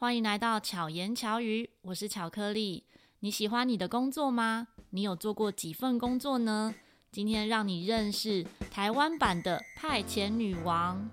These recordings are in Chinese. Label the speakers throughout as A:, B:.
A: 欢迎来到巧言巧语，我是巧克力。你喜欢你的工作吗？你有做过几份工作呢？今天让你认识台湾版的派遣女王。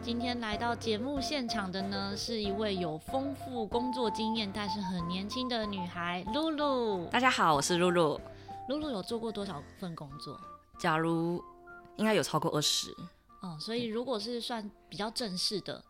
A: 今天来到节目现场的呢，是一位有丰富工作经验但是很年轻的女孩露露。
B: 大家好，我是露露。
A: 露露有做过多少份工作？
B: 假如应该有超过二十，
A: 嗯，所以如果是算比较正式的，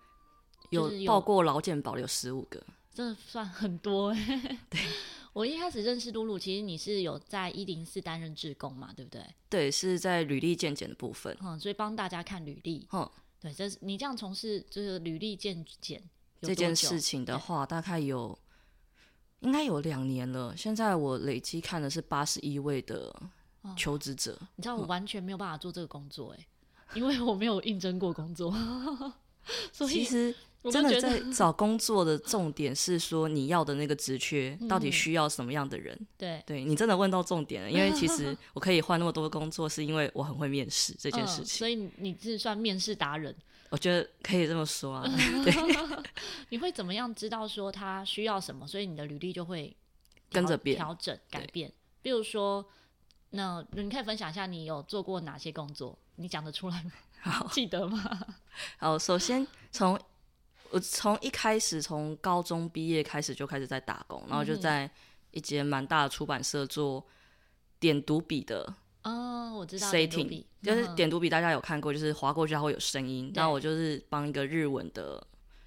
A: 就
B: 有
A: 是有
B: 报过劳健保的有十五个，
A: 真的算很 多、欸。对， 我一开始认识露露，其实你是有在一零四担任志工嘛，对不对？
B: 对，是在履历健检的部分。
A: 嗯，所以帮大家看履历。
B: 哼，
A: 对，这是你这样从事就是履历鉴检有
B: 这件
A: 多久
B: 事情的
A: 对
B: 话，大概有应该有两年了。现在我累积看的是八十一位的
A: 哦
B: 求职者，
A: 你知道我完全没有办法做这个工作哎、 因为我没有应征过工作， 所
B: 其
A: 以
B: 实
A: 我
B: 真
A: 就
B: 的
A: 觉得
B: 在找工作的重点是说你要的那个职缺
A: 嗯
B: 到底需要什么样的人。
A: 对
B: 对你真的问到重点了，因为其 实我可以换那么多工作，是因为我很会面试这
A: 这
B: 件事情。
A: 嗯所以你你是算面试达人，
B: 我觉得可以这么说啊。
A: 嗯你会怎么样知道说他需要什么？所以你的履历就会
B: 跟
A: 调
B: 着变
A: 调整、改变。比如说，那你可以分享一下你有做过哪些工作？你讲得出来吗？记得 吗？
B: 好，首先从我从一开始从高中毕业开始就开始在打工，然后就
A: 嗯
B: 在一间蛮大的出版社做点读笔的
A: 哦，我知道点读
B: setting，
A: 笔，
B: 就是
A: 嗯
B: 点读笔大家有看过，就是划过去它会有声音，
A: 对
B: 然后我就是帮一个日文的。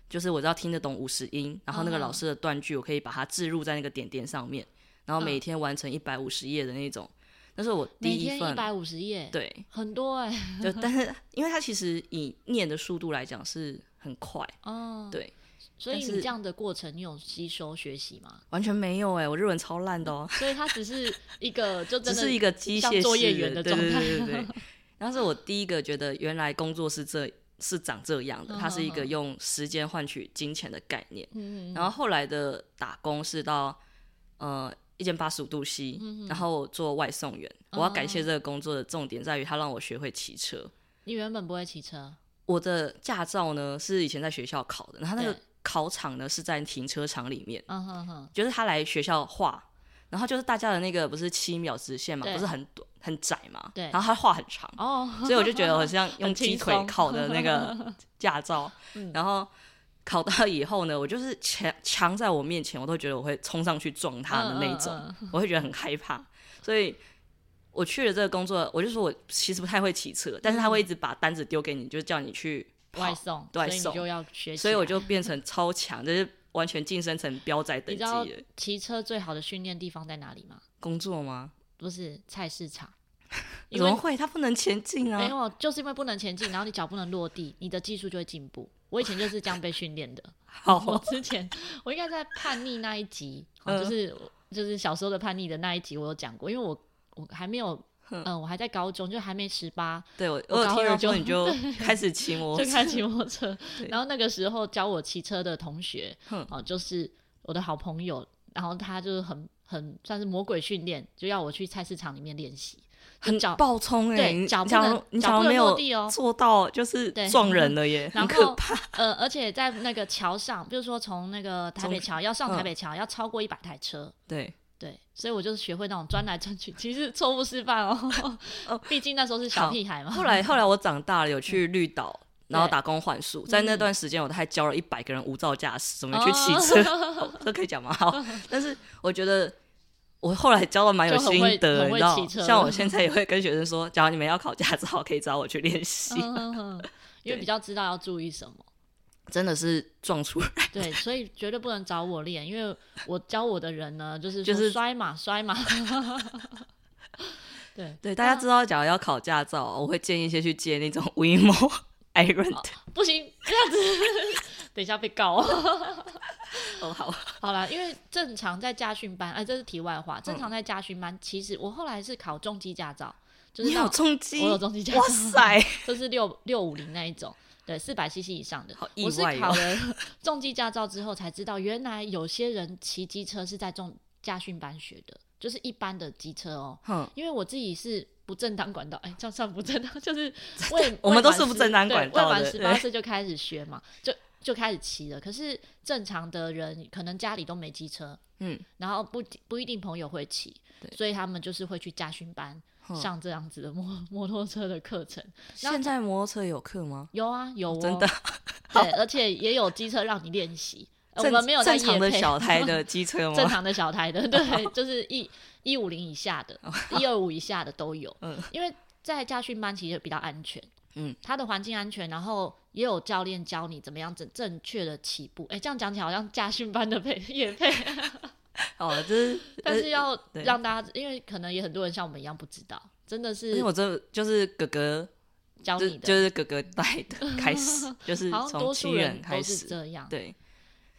B: 就是我知道听得懂五十音，然后那个
A: 嗯
B: 老师的断句，我可以把它置入在那个点点上面，然后每天完成一百五十页的那种。那是我第
A: 嗯每
B: 一
A: 天
B: 份
A: 一，百五十页，，
B: 对，
A: 很多哎、
B: 就但是因为它其实以念的速度来讲是很快，
A: 哦，
B: 对，
A: 所以
B: 但
A: 你
B: 是
A: 这样的过程，你有吸收学习吗？
B: 完全没有哎、我日文超烂的哦，
A: 所以它只是一 个，就
B: 只
A: 嗯真的
B: 是一个机械
A: 像
B: 式
A: 作业员的状态
B: 对对对 对对。然后是我第一个觉得原来工作是这是长这样的，
A: 嗯
B: 它是一个
A: 嗯嗯
B: 用时间换取金钱的概念。
A: 嗯，嗯
B: 然后后来的打工是到呃一间八十五度 C，、然
A: 嗯
B: 后做外送员。我要感谢这个工作的重点在于它让我学会骑车。
A: 你原本不会骑车，
B: 我的驾照呢是以前在学校考的，然后那个
A: 对
B: 考场呢是在停车场里面。
A: 嗯哼哼，
B: 就是他来学校画，然后就是大家的那个不是七秒直线嘛，
A: 对
B: 不是很短很窄嘛，
A: 对，
B: 然后他画很长
A: 哦，
B: 所以我就觉得我像用鸡
A: 很轻
B: 腿
A: 松嗯
B: 考的 那个驾照，然后考到以后呢，我就是墙墙在我面前，我都觉得我会冲上去撞他的那一种，
A: 嗯嗯
B: 我会觉得很害怕，所以。我去了这个工作，我就说我其实不太会骑车，但是他会一直把单子丢给你，就叫你去
A: 嗯
B: 跑
A: 外送，
B: 对
A: 所以你
B: 送
A: 就要学起来，
B: 所以我就变成超强，就是完全晋升成标仔等
A: 你
B: 级
A: 知道
B: 了。
A: 骑车最好的训练地方在哪里吗？
B: 工作吗？
A: 不是菜市 场，因
B: 怎
A: 为
B: 么会？他不能前进
A: 没
B: 啊！
A: 有，就是因为不能前进，然后你脚不能落地，你的技术就会进步。我以前就是这样被训练 的。我
B: 好，
A: 之前我应该在叛逆那一集，哦
B: 嗯
A: 就是就是小时候的叛逆的那一集，我有讲过，因为我我还没有，嗯、我还在高中，就还没十八，
B: 对我
A: 我
B: 我有
A: 搞
B: 听
A: 了
B: 人说
A: 就
B: 你就 开始骑摩
A: 就
B: 托
A: 开
B: 车，
A: 始骑摩托 车。然后那个时候教我骑车的同学，
B: 哼
A: 哦、就是我的好朋友，然后他就是很很算是魔鬼训练，就要我去菜市场里面练习，就
B: 很
A: 脚
B: 暴冲哎！
A: 对
B: 你
A: 脚
B: 你
A: 不
B: 假
A: 能
B: 如你
A: 脚
B: 假
A: 不
B: 如
A: 能
B: 没
A: 落
B: 有
A: 地哦
B: 做到，就是
A: 对
B: 撞人了耶，
A: 然
B: 很
A: 后
B: 可怕。
A: 呃，而且在那个桥上，比如说从那个台北
B: 从
A: 桥要上台
B: 嗯
A: 北桥，要超过一百台车。
B: 对，
A: 对，所以我就是学会那种钻来钻去， 其实是错误示范 哦。 毕竟那时候是小
B: 好
A: 屁孩嘛。
B: 后来后来我长大了，有去绿岛。然后打工换宿，在那段时间我还教了一百个人无照驾驶，怎么去骑车， 好这可以讲吗？ 好，但是我觉得我后来教的蛮有
A: 就很
B: 心
A: 会
B: 得，
A: 很
B: 你
A: 会
B: 知道
A: 骑
B: 吗，
A: 车
B: 像我现在也会跟学生说， 假如你们要考驾照，可以找我去练习，
A: 嗯哼哼因为
B: 对
A: 比较知道要注意什么。
B: 真的是撞出
A: 对，所以绝对不能找我练，因为我教我的人呢，就是
B: 就
A: 说
B: 是
A: 摔嘛摔嘛。 对，
B: 对，大家知道，假如要考驾照，我会建议先去借那种 WeMo Iron
A: 好
B: 的。
A: 不行，这样子， 等一下被告哦。
B: 哦，好，
A: 好啦，因为正常在家训班，哎、这是题外话。正
B: 嗯
A: 常在家训班，其实我后来是考重机驾照，就
B: 你
A: 是
B: 有
A: 到
B: 重击
A: 我，有重机驾照，
B: 哇塞！
A: 就是六六五零那一种。对，四百 CC 以上的
B: 好。意
A: 我是
B: 外
A: 考
B: 哦
A: 了重机驾照之后才知道，原来有些人骑机车是在重驾训班学的，就是一般的机车哦。
B: 哼，
A: 因为我自己是不正当管道，哎，这样算不正当， 就是未
B: 我们都
A: 未满
B: 是不
A: 十
B: 正当管道
A: 对未满
B: 的
A: 十
B: 对
A: 八岁就开始学嘛，就就开始骑了。可是正常的人可能家里都没机车，
B: 嗯，
A: 然后不不一定朋友会骑，
B: 对
A: 所以他们就是会去家训班
B: 哼
A: 上这样子的摩摩托车的课程。然后
B: 现在摩托车有课吗？
A: 有啊，有、哦、
B: 真的，
A: 对，而且也有机车让你练习。呃我
B: 正
A: 们没有在
B: 正常
A: 业
B: 的
A: 配
B: 小台的机车
A: 正
B: 吗？
A: 常的小 台的，对，就是一一五零以下的，一二五以下的都有。
B: 哦嗯
A: 因为在家训班其实比较安全，
B: 嗯，
A: 它的环境安全，然后也有教练教你怎么样正正确的起步。哎、这样讲起来好像家训班的配也配，
B: 哦，这是，
A: 但是要
B: 对
A: 让大家，因为可能也很多人像我们一样不知道，真的
B: 因为
A: 是
B: 我这就是哥哥，
A: 教
B: 就
A: 你的，
B: 就是哥哥带的 开始，就是
A: 好像
B: 从
A: 多数
B: 亲
A: 人
B: 开
A: 都是
B: 始，
A: 这样，
B: 对，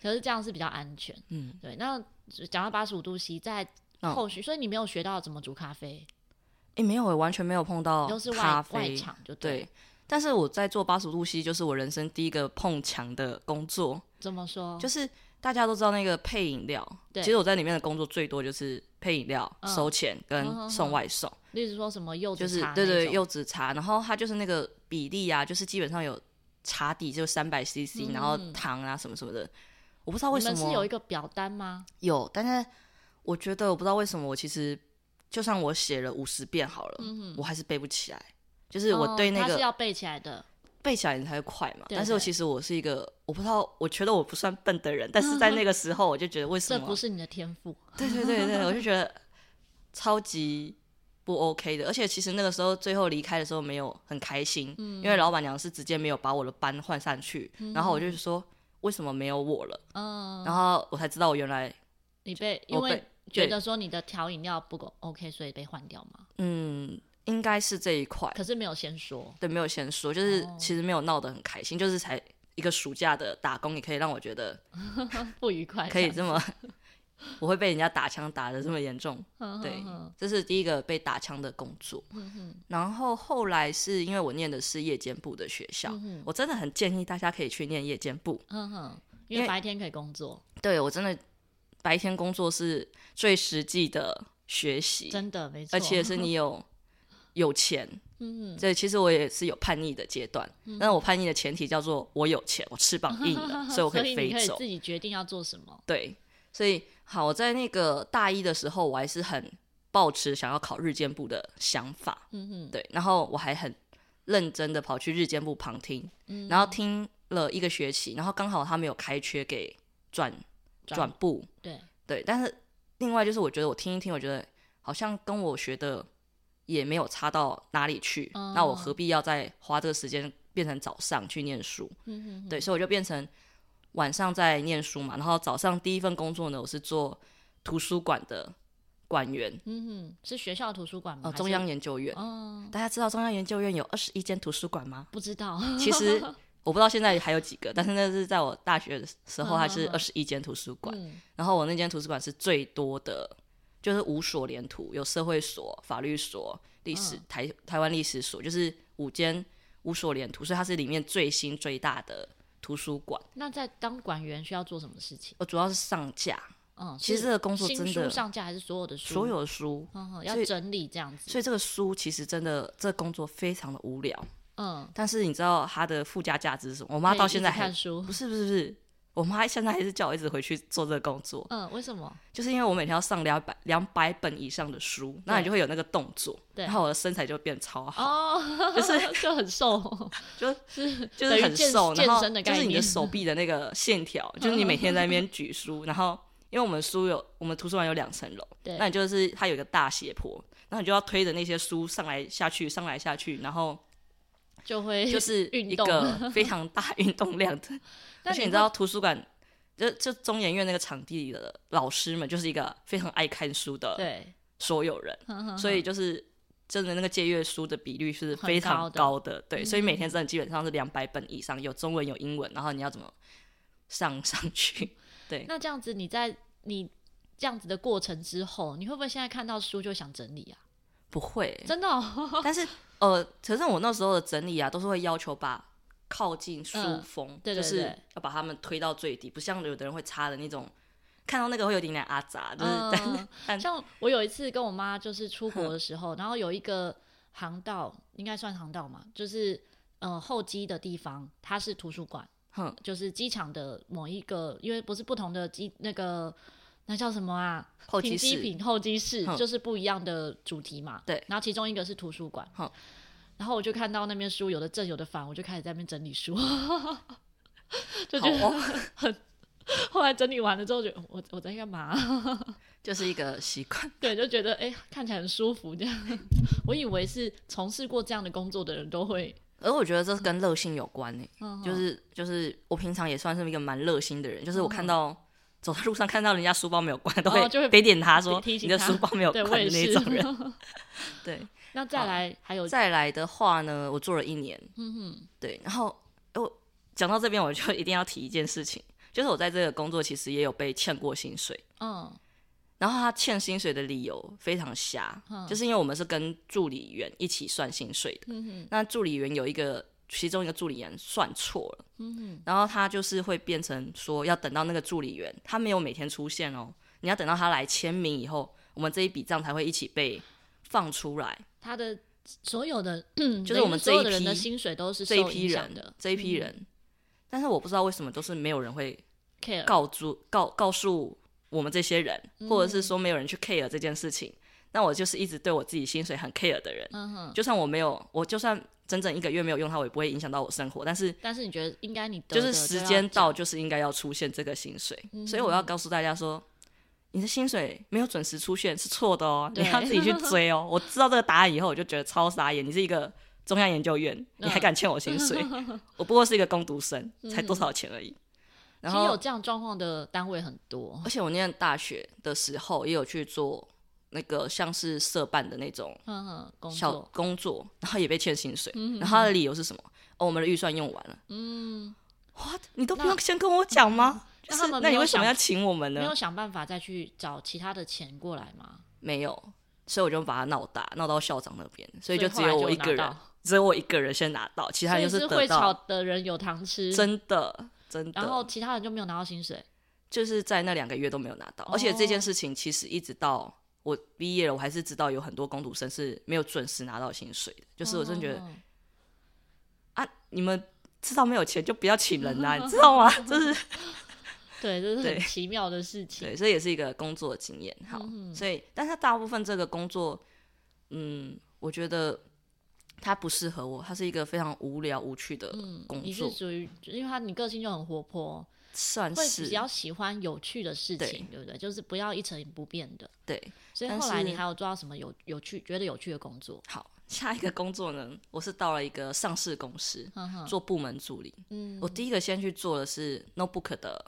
A: 可是这样是比较安全。
B: 嗯，
A: 对，那讲到八十五度 C，在
B: 嗯
A: 后续，所以你没有学到怎么煮咖啡，
B: 哎，没有欸，完全没有碰到
A: 都是
B: 咖
A: 外外
B: 啡，
A: 场就对了
B: 对。但是我在做八十度 C，就是我人生第一个碰墙的工作，
A: 怎么说？
B: 就是大家都知道那个配饮料，
A: 哦对
B: 其实我在里面的工作最多就是配饮料、
A: 嗯
B: 收钱
A: 嗯嗯
B: 跟
A: 嗯
B: 送外送，
A: 例如说什么柚
B: 就
A: 子
B: 是
A: 茶那
B: 对
A: 种，
B: 对柚子茶，然后它就是那个比例啊，就是基本上有茶底就三百 CC，
A: 嗯
B: 然后糖啊什么什么的，我不知道为
A: 你
B: 什
A: 们是有
B: 么
A: 一个表单吗？
B: 有，但是我觉得我不知道为什么，我其实就算我写了五十遍好了，我还是背不起来，就是我对
A: 嗯哦
B: 那
A: 它是
B: 个
A: 要背起来的，
B: 背起来你才会快嘛。
A: 对
B: 但是我
A: 对
B: 其实我是一个我不知道，我觉得我不算笨的人，但是在那个时候我就觉得为
A: 嗯
B: 什
A: 这
B: 么啊
A: 不是你的天赋。
B: 对对对对，我就觉得超级不 OK 的。而且其实那个时候最后离开的时候没有很开心，
A: 嗯
B: 因为老板娘是直接没有把我的班换上去，然后我就说为什么没有我了，
A: 嗯，
B: 然后我才知道我原来
A: 你被因
B: 我
A: 为
B: 被
A: 觉得说你的调饮料不够 OK，所以被换掉嘛。
B: 嗯应该是这一块，
A: 可是没有先说，
B: 对，没有先说，就是
A: 哦
B: 其实没有闹得很开心，就是才一个暑假的打工也可以让我觉得
A: 不愉快
B: 可以
A: 这
B: 这
A: 样
B: 么。 我会被人家打枪打的这么严重，
A: 嗯
B: 对
A: 嗯嗯
B: 这是第一个被打枪的工作。然后后来是因为我念的是夜间部的学校，
A: 嗯
B: 我真的很建议大家可以去念夜间部。
A: 嗯哼，因
B: 因
A: 为
B: 为
A: 白天可以工作，
B: 对我真的白天工作是最实际的学习，
A: 真的没错。
B: 而且是你有有钱。
A: 嗯，
B: 对，其实我也是有叛逆的阶段，但我叛逆的前提叫做我有钱，我翅膀硬 了，所以我可
A: 所
B: 以
A: 以你可
B: 飞
A: 以
B: 走
A: 自。己决定要做什么。
B: 对，所以好，我在那个大一的时候，我还是很抱持想要考日间部的想法。
A: 嗯哼，
B: 对，然后我还很认真的跑去日间部旁听，
A: 嗯
B: 然后听了一个学期，然后刚好他们有开缺给转转部，
A: 对，
B: 对，但是另外就是我觉得我听一听，我觉得好像跟我学的也没有差到哪里去，
A: 哦
B: 那我何必要再花这个时间变成早上去念书？
A: 嗯哼，
B: 对，所以我就变成晚上在念书嘛，然后早上第一份工作呢，我是做图书馆的馆员，
A: 嗯哼，是学校图书馆吗？
B: 呃，
A: 嗯还
B: 中
A: 是
B: 央研究院。
A: 哦，
B: 大家知道中央研究院有二十一间图书馆吗？
A: 不知道。
B: 其实我不知道现在还有几个，但是那是在我大学的时候，
A: 嗯
B: 它是
A: 嗯
B: 二十一间图书馆。
A: 嗯
B: 然后我那间图书馆是最多的，就是五所连图，有社会所、法律所、历史、
A: 嗯
B: 台台湾历史所，就是五间五所连图，所以它是里面最新最大的图书馆。
A: 那在当管员需要做什么事情？
B: 我主要是上架，
A: 嗯，
B: 其实
A: 是
B: 这个工作
A: 新
B: 真
A: 书
B: 的
A: 上架还是所有的书？
B: 所有的书，
A: 嗯哼，
B: 所
A: 要
B: 以
A: 整理这样子。
B: 所以这个书其实真的这个工作非常的无聊，
A: 嗯，
B: 但是你知道它的附加价值是什么？我妈
A: 可以
B: 到
A: 一
B: 现
A: 直
B: 在还
A: 看书
B: 不。是不是不是，我妈现在还是叫我一直回去做这个工作，
A: 嗯，为什么？
B: 就是因为我每天要上两百两百本以上的书，那你就会有那个动作，
A: 对
B: 然后我的身材就变超好，
A: 哦，就是就很瘦。
B: 就
A: 等于
B: 是很
A: 健
B: 瘦，然
A: 健
B: 后
A: 身的概
B: 就是你的
A: 念
B: 手臂的那个线条， 就是你每天在那边举书，然后因为我们书有我们图书馆有两层楼，
A: 对
B: 那你就是它有一个大斜坡，然后你就要推着那些书上来下去，上来下去，然后
A: 就会
B: 就是
A: 运
B: 一
A: 动
B: 个非常大运动量的
A: 那
B: 而且
A: 你
B: 你知道图书馆，就就中研院那个场地里的老师们，就是一个非常爱看书的
A: 对，嗯
B: 所有人，所以就是真的那个借阅书的比率是非常
A: 很高嗯
B: 高的，对，所以每天真的基本上是两百本以上，有中文有英文，然后你要怎么上 上去？
A: 那这样子你在你这样子的过程之后，你会不会现在看到书就想整理啊？
B: 不会，
A: 真的哦，
B: 但是呃，可是我那时候的整理啊，都是会要求把靠近疏
A: 嗯
B: 风，
A: 对对
B: 就是
A: 对
B: 要把他们推到最低，不像有的人会擦的那种，看到那个会有点点阿杂，就是、
A: 嗯，
B: 但
A: 像我有一次跟我妈就是出国的时候，然后有一个航道，应该算航道嘛，就是呃候机的地方，它是图书馆，
B: 哼，
A: 就是机场的某一个，因为不是不同的机那个。那叫什么啊？
B: 后
A: 停
B: 期
A: 机
B: 是
A: 坪、候机室
B: 哼
A: 就是不一样的主题嘛。
B: 对
A: 然后其中一个是图书馆
B: 哼，
A: 然后我就看到那边书有的正有的反，我就开始在那边整理书， 就
B: 好
A: 觉得
B: 哦，
A: 后来整理完了之后，觉得我我在干嘛啊、
B: 就是一个习惯。
A: 对，就觉得哎、看起来很舒服这样。我以为是从事过这样的工作的人都会，
B: 而我觉得这跟热心有关呢、
A: 嗯
B: 就是就是我平常也算是一个蛮热心的人，就是我
A: 嗯哦
B: 看到、走在路上看到人家书包没有关，都
A: 就会
B: 会非点他说
A: 提醒
B: 你的
A: 他
B: 书包没有
A: 对
B: 关
A: 我也是
B: 的那 种人。。对，
A: 那再来还有，
B: 再来的话呢，我做了一年，
A: 嗯哼，
B: 对，然后我讲到这边，我就一定要提一件事情，就是我在这个工作其实也有被欠过薪水，
A: 嗯
B: 然后他欠薪水的理由非常瞎，
A: 嗯
B: 就是因为我们是跟助理员一起算薪水的，
A: 嗯哼，
B: 那助理员有一个。其中一个助理员算错了，
A: 嗯哼，
B: 然后他就是会变成说要等到那个助理员，他没有每天出现哦，你要等到他来签名以后，我们这一笔账才会一起被放出来。
A: 他的所有 的，
B: 就是
A: 等于
B: 我们这
A: 所
B: 一
A: 有的人的
B: 批
A: 薪水都是
B: 这一
A: 受
B: 批
A: 影响
B: 人
A: 的嗯
B: 这一批人，但是我不知道为什么都是没有人会
A: care，
B: 告诉告告诉我们这些人，或者是说没有人去 care 这件事情。那我就是一直对我自己薪水很 care 的人，
A: 嗯哼。
B: 就算我没有，我就算整整一个月没有用它，我也不会影响到我生活。但是
A: 但是你觉得应该你得
B: 就是
A: 的啊
B: 时
A: 要
B: 间到，
A: 讲，
B: 就是应该要出现这个薪水，
A: 嗯
B: 所以我要告诉大家说。你的薪水没有准时出现是错的哦，
A: 对
B: 你要自己去追 哦。我知道这个答案以后，我就觉得超傻眼。你是一个中央研究
A: 嗯
B: 院，你还敢欠我 薪水？我不过是一个工读生，才多少钱而
A: 嗯
B: 已。然
A: 其实有
B: 后，
A: 这样状况的单位很多，
B: 而且我念大学的时候也有去做那个像是社办的那种
A: 嗯哼，工
B: 小
A: 作，
B: 工作，然后也被欠薪水。然后他的理由是什么？哦，我们的预算用完了。
A: 嗯，
B: What？你都不
A: 那
B: 用先跟我讲吗？
A: 那
B: 就
A: 他
B: 是
A: 们没
B: 那你
A: 有
B: 为什
A: 想
B: 么要请我们
A: 没
B: 呢
A: 有？想办法再去找其他的钱过来吗？
B: 没有，所以我就把他闹大，闹到校长那边，所以就
A: 后
B: 只
A: 来
B: 有我一
A: 拿
B: 个人
A: 到，
B: 只有我一个人先拿到，其他
A: 所
B: 人
A: 以
B: 就是得
A: 会
B: 到
A: 炒的人有糖吃，
B: 真的真
A: 然后
B: 的，
A: 其他人就没有拿到薪水。
B: 就是在那两个月都没有拿到，而且这
A: 哦
B: 件事情其实一直到。我毕业了，我还是知道有很多工读生是没有准时拿到薪水的。就是我真的觉得、
A: 嗯，
B: 啊，你们知道没有钱就不要请 人啦、你知道吗？就是
A: 对，这是很
B: 对
A: 奇妙的事情。
B: 对，所以也是一个工作经验。好，
A: 嗯
B: 所以但他大部分这个工作，嗯，我觉得它不适合我，它是一个非常无聊无趣的
A: 嗯
B: 工
A: 你
B: 作，
A: 是属于，因为他你个性就很活泼，
B: 算
A: 会
B: 是
A: 比较喜欢有趣的事
B: 对
A: 情，对不对？就是不要一成不变的。
B: 对。
A: 所以
B: 但
A: 后来
B: 是
A: 你还有做到什么有有趣、觉得有趣的工作？
B: 好， 下一个工作呢，我是到了一个上市公司
A: 哼嗯哼，
B: 做部门助理。
A: 嗯
B: 我第一个先去做的是 notebook 的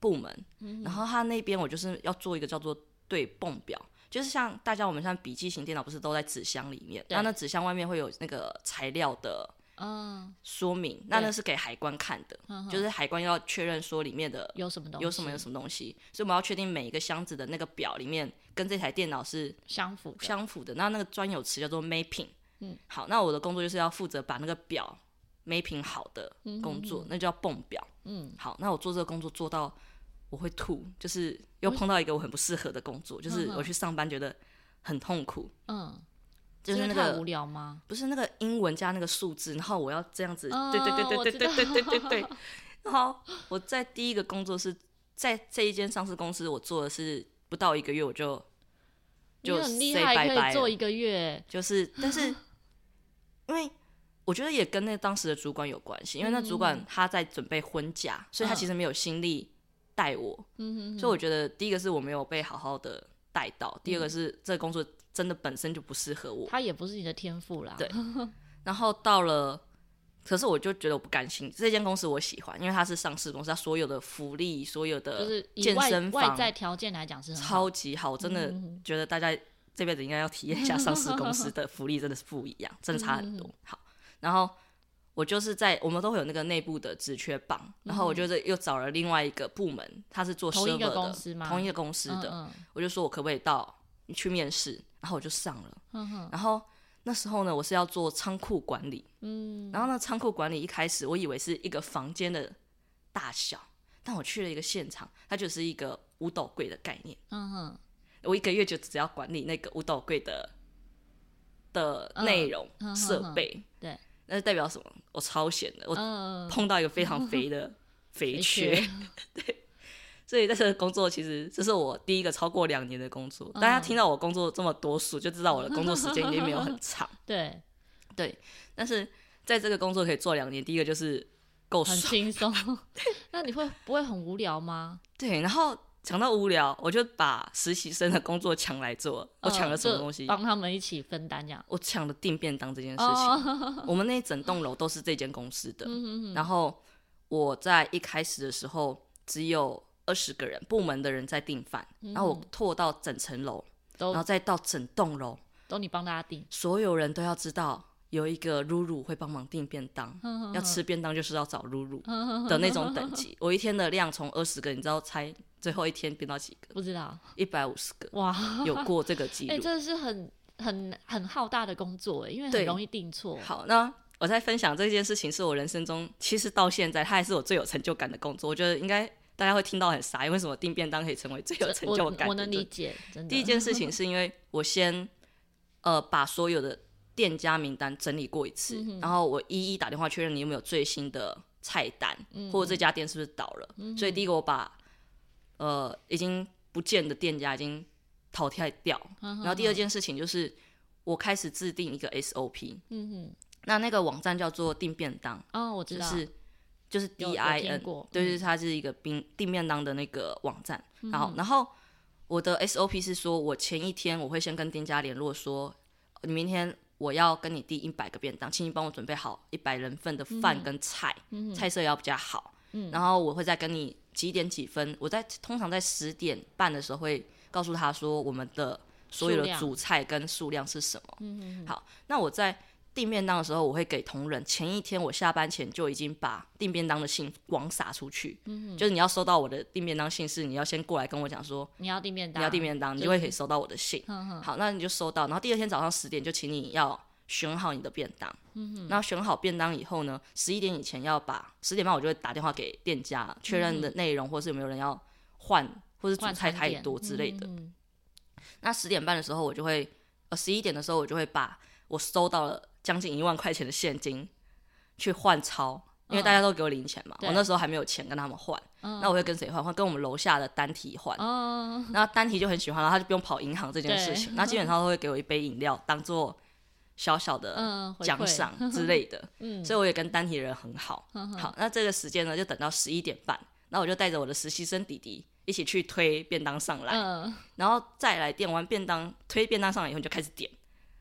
B: 部门，
A: 嗯
B: 然后他那边我就是要做一个叫做对泵表，就是像大家我们像笔记型电脑不是都在纸箱里面，
A: 对
B: 那那纸箱外面会有那个材料的
A: 嗯，
B: 说明，那那是给海关看的，就是海关要确认说里面的
A: 有什么嗯东西？
B: 有什么有什么东西，所以我们要确定每一个箱子的那个表里面跟这台电脑是
A: 相符的？
B: 相符的。那那个专有词叫做 mapping。嗯，好，那我的工作就是要负责把那个表 mapping 好的
A: 嗯
B: 工作，那叫泵表。嗯，好，那我做这个工作做到我会吐，就是又
A: 嗯
B: 碰到一个我很不适合的工作，就是我去上班觉得很痛苦，
A: 嗯，
B: 就
A: 因
B: 是
A: 为
B: 那
A: 太
B: 个
A: 无聊吗？
B: 不是那个英文加那个数字，然后我要这样子，
A: 嗯
B: 对对对
A: 我
B: 对
A: 知
B: 对
A: 道
B: 对对对对对。然后我在第一个工作是在这一间上市公司，我做的是不到一个月我就
A: 你
B: 就
A: 很厉
B: say
A: 害，
B: 拜
A: 可
B: 拜
A: 以做
B: 了
A: 一个月。
B: 就是，但是因为我觉得也跟那当时的主管有关系，因为那主管他在准备婚假，所以他其实没有心力带我，
A: 嗯
B: 所以我觉得第一个是我没有被好好的带到，第二个是这个工作真的本身就不适合我
A: 哼，，他也不是你的天赋啦。
B: 对然后到了，可是我就觉得我不甘心。这间公司我喜欢，因为它是上市公司，它所有的福利、所有
A: 就
B: 的
A: 是以
B: 健
A: 外
B: 身
A: 外
B: 房
A: 在条件来讲是很好
B: 超级好，我
A: 嗯
B: 真的觉得大家这辈子应该要体验一下上市公司的福利，真的是不一样，真的
A: 嗯
B: 差很多。好，然后。我就是在我们都会有那个内部的职缺榜，然后我就是又找了另外一个部门，他是做
A: 嗯同一
B: server
A: 个公
B: 的，
A: 司吗
B: 同一个公司的，
A: 嗯嗯
B: 我就说我可不可以到去面试，然后我就上了，
A: 嗯哼
B: 然后那时候呢，我是要做仓库管理，
A: 嗯，
B: 然后呢，仓库管理一开始我以为是一个房间的大小，但我去了一个现场，它就是一个五斗柜的概念。
A: 嗯哼，
B: 我一个月就只要管理那个五斗柜的的内容
A: 嗯哼哼
B: 设、备，
A: 对，
B: 那代表什么？我超闲的，我
A: 嗯，
B: 碰到一个非 常肥的肥
A: 肥
B: 缺，
A: 缺
B: 对。所以在这个工作，其实这是我第一个超过两年的工作。
A: 嗯
B: 大家听到我工作这么多数，就知道我的工作时间已经没 有很长。
A: 对，
B: 但是在这个工作可以做两年，第一个就是够
A: 很
B: 爽。
A: 轻松。 那你会不会很无聊吗？
B: 对，然后讲到无聊，我就把实习生的工作抢来做。我抢了
A: 嗯
B: 什么
A: 就
B: 东西？
A: 帮他们一起分担这样。
B: 我抢了订便当这件事情。
A: 哦，
B: 我们那一整栋楼都是这间公司的。
A: 嗯嗯嗯，
B: 然后我在一开始的时候只有二十个人，部门的人在订饭，然后我拓到整层楼，然
A: 嗯
B: 后
A: 都
B: 再到整栋楼，
A: 都你帮大家 订，
B: 所有人都要知道有一个露露会帮忙订便当，
A: 嗯
B: 要吃便当就是要找露露
A: 嗯嗯嗯
B: 的那种等级。我一天的量从二十个，你知道猜最后一天变到几个？
A: 不知道
B: 一百五十个，
A: 哇，
B: 有过这个记
A: 哎、
B: 录。
A: 这是很很很浩大的工作哎，因为很
B: 对
A: 容易定错。
B: 好，那我在分享这件事情是我人生中，其实到现在它还是我最有成就感的工作。我觉得应该大家会听到很傻，因为什么订便当可以成为最有
A: 这
B: 成
A: 我
B: 就感的
A: 我能理
B: 就
A: 解，真的。
B: 第一件事情是因为我先呃把所有的店家名单整理过一次，然后我一一打电话确认你有没有最新的菜单，或者这家店是不是倒了。所以第一个我把呃已经不见的店家已经淘汰掉，然后第二件事情就是我开始制定一个 SOP。
A: 嗯
B: 那那个网站叫做订便当，
A: 嗯，哦，我知
B: 就
A: 道，
B: 是就是
A: 有
B: D
A: 有
B: I
A: 听
B: N，
A: 过嗯
B: 对，就是它是一个订订便当的那个网站。然后，然后我的 S O P 是说，我前一天我会先跟店家联络说，你明天我要跟你订一百个便当，请你帮我准备好一百人份的饭
A: 嗯
B: 跟菜，菜色要比较好。然后我会再跟你几点几分，我在通常在十点半的时候会告诉他说我们的所有
A: 数
B: 的
A: 量
B: 主菜跟数量是什么。
A: 嗯
B: 好，那我在订便当的时候，我会给同仁前一天我下班前就已经把订便当的信广撒出去，
A: 嗯
B: 就是你要收到我的订便当信是你要先过来跟我讲说
A: 你要订便当，
B: 你要订便当，你就会可以收到我的信。
A: 啊嗯哼
B: 好，那你就收到，然后第二天早上十点就请你要选好你的便当，嗯然后选好便当以后呢，十一点以前要把十点半我就会打电话给店家确认的内容，或是有没有人要换，或是主
A: 嗯换
B: 菜
A: 餐
B: 太
A: 点
B: 多之类的。
A: 嗯嗯
B: 那十点半的时候，我就会，呃，十一点的时候，我就会把我收到了将近一万块钱的现金去换钞，因为
A: 嗯
B: 大家都给我零钱嘛，
A: 对
B: 我那时候还没有钱跟他们换，
A: 嗯
B: 那我会跟谁换？换跟我们楼下的单体换。
A: 哦，
B: 那单体就很喜欢，然后他就不用跑银行这件事情，那基本上都会给我一杯饮料当做小小的
A: 嗯，回馈
B: 奖，赏之类的，
A: 嗯，
B: 所以我也跟单体人很好。
A: 嗯哼
B: 好，那这个时间呢，就等到十一点半，那我就带着我的实习生弟弟一起去推便当上来。
A: 嗯，
B: 然后再来点完便当，推便当上来以后你就开始点，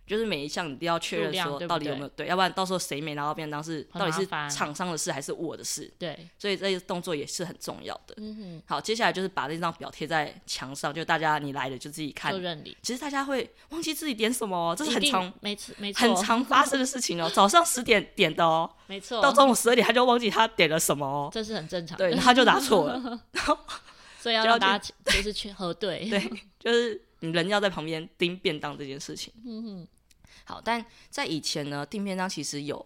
B: 就是每一项你都要确
A: 数
B: 认
A: 量
B: 说
A: 对不
B: 到底有
A: 对
B: 没有对，要不然到时候谁没拿到便当是
A: 很
B: 到底
A: 麻
B: 是
A: 烦
B: 厂商的事还是我的事，
A: 对，
B: 所以这些动作也是很重要的。
A: 嗯哼，
B: 好，接下来就是把那张表贴在墙上，就大家你来了就自己看
A: 就。认领，
B: 其实大家会忘记自己点什么哦，这是
A: 一
B: 很
A: 定
B: 常
A: 没错，没
B: 很
A: 错，
B: 常发生的事情哦。早上十点点 的哦，
A: 没错，
B: 到中午十二点他就忘记他点了什么哦，
A: 这是很正常的，
B: 对，他就打错了。
A: 所以要
B: 就
A: 让
B: 要
A: 大家就是去核对，
B: 对， 就是你人要在旁边盯便当这件事情。
A: 嗯哼，
B: 好，但在以前呢，订便当其实有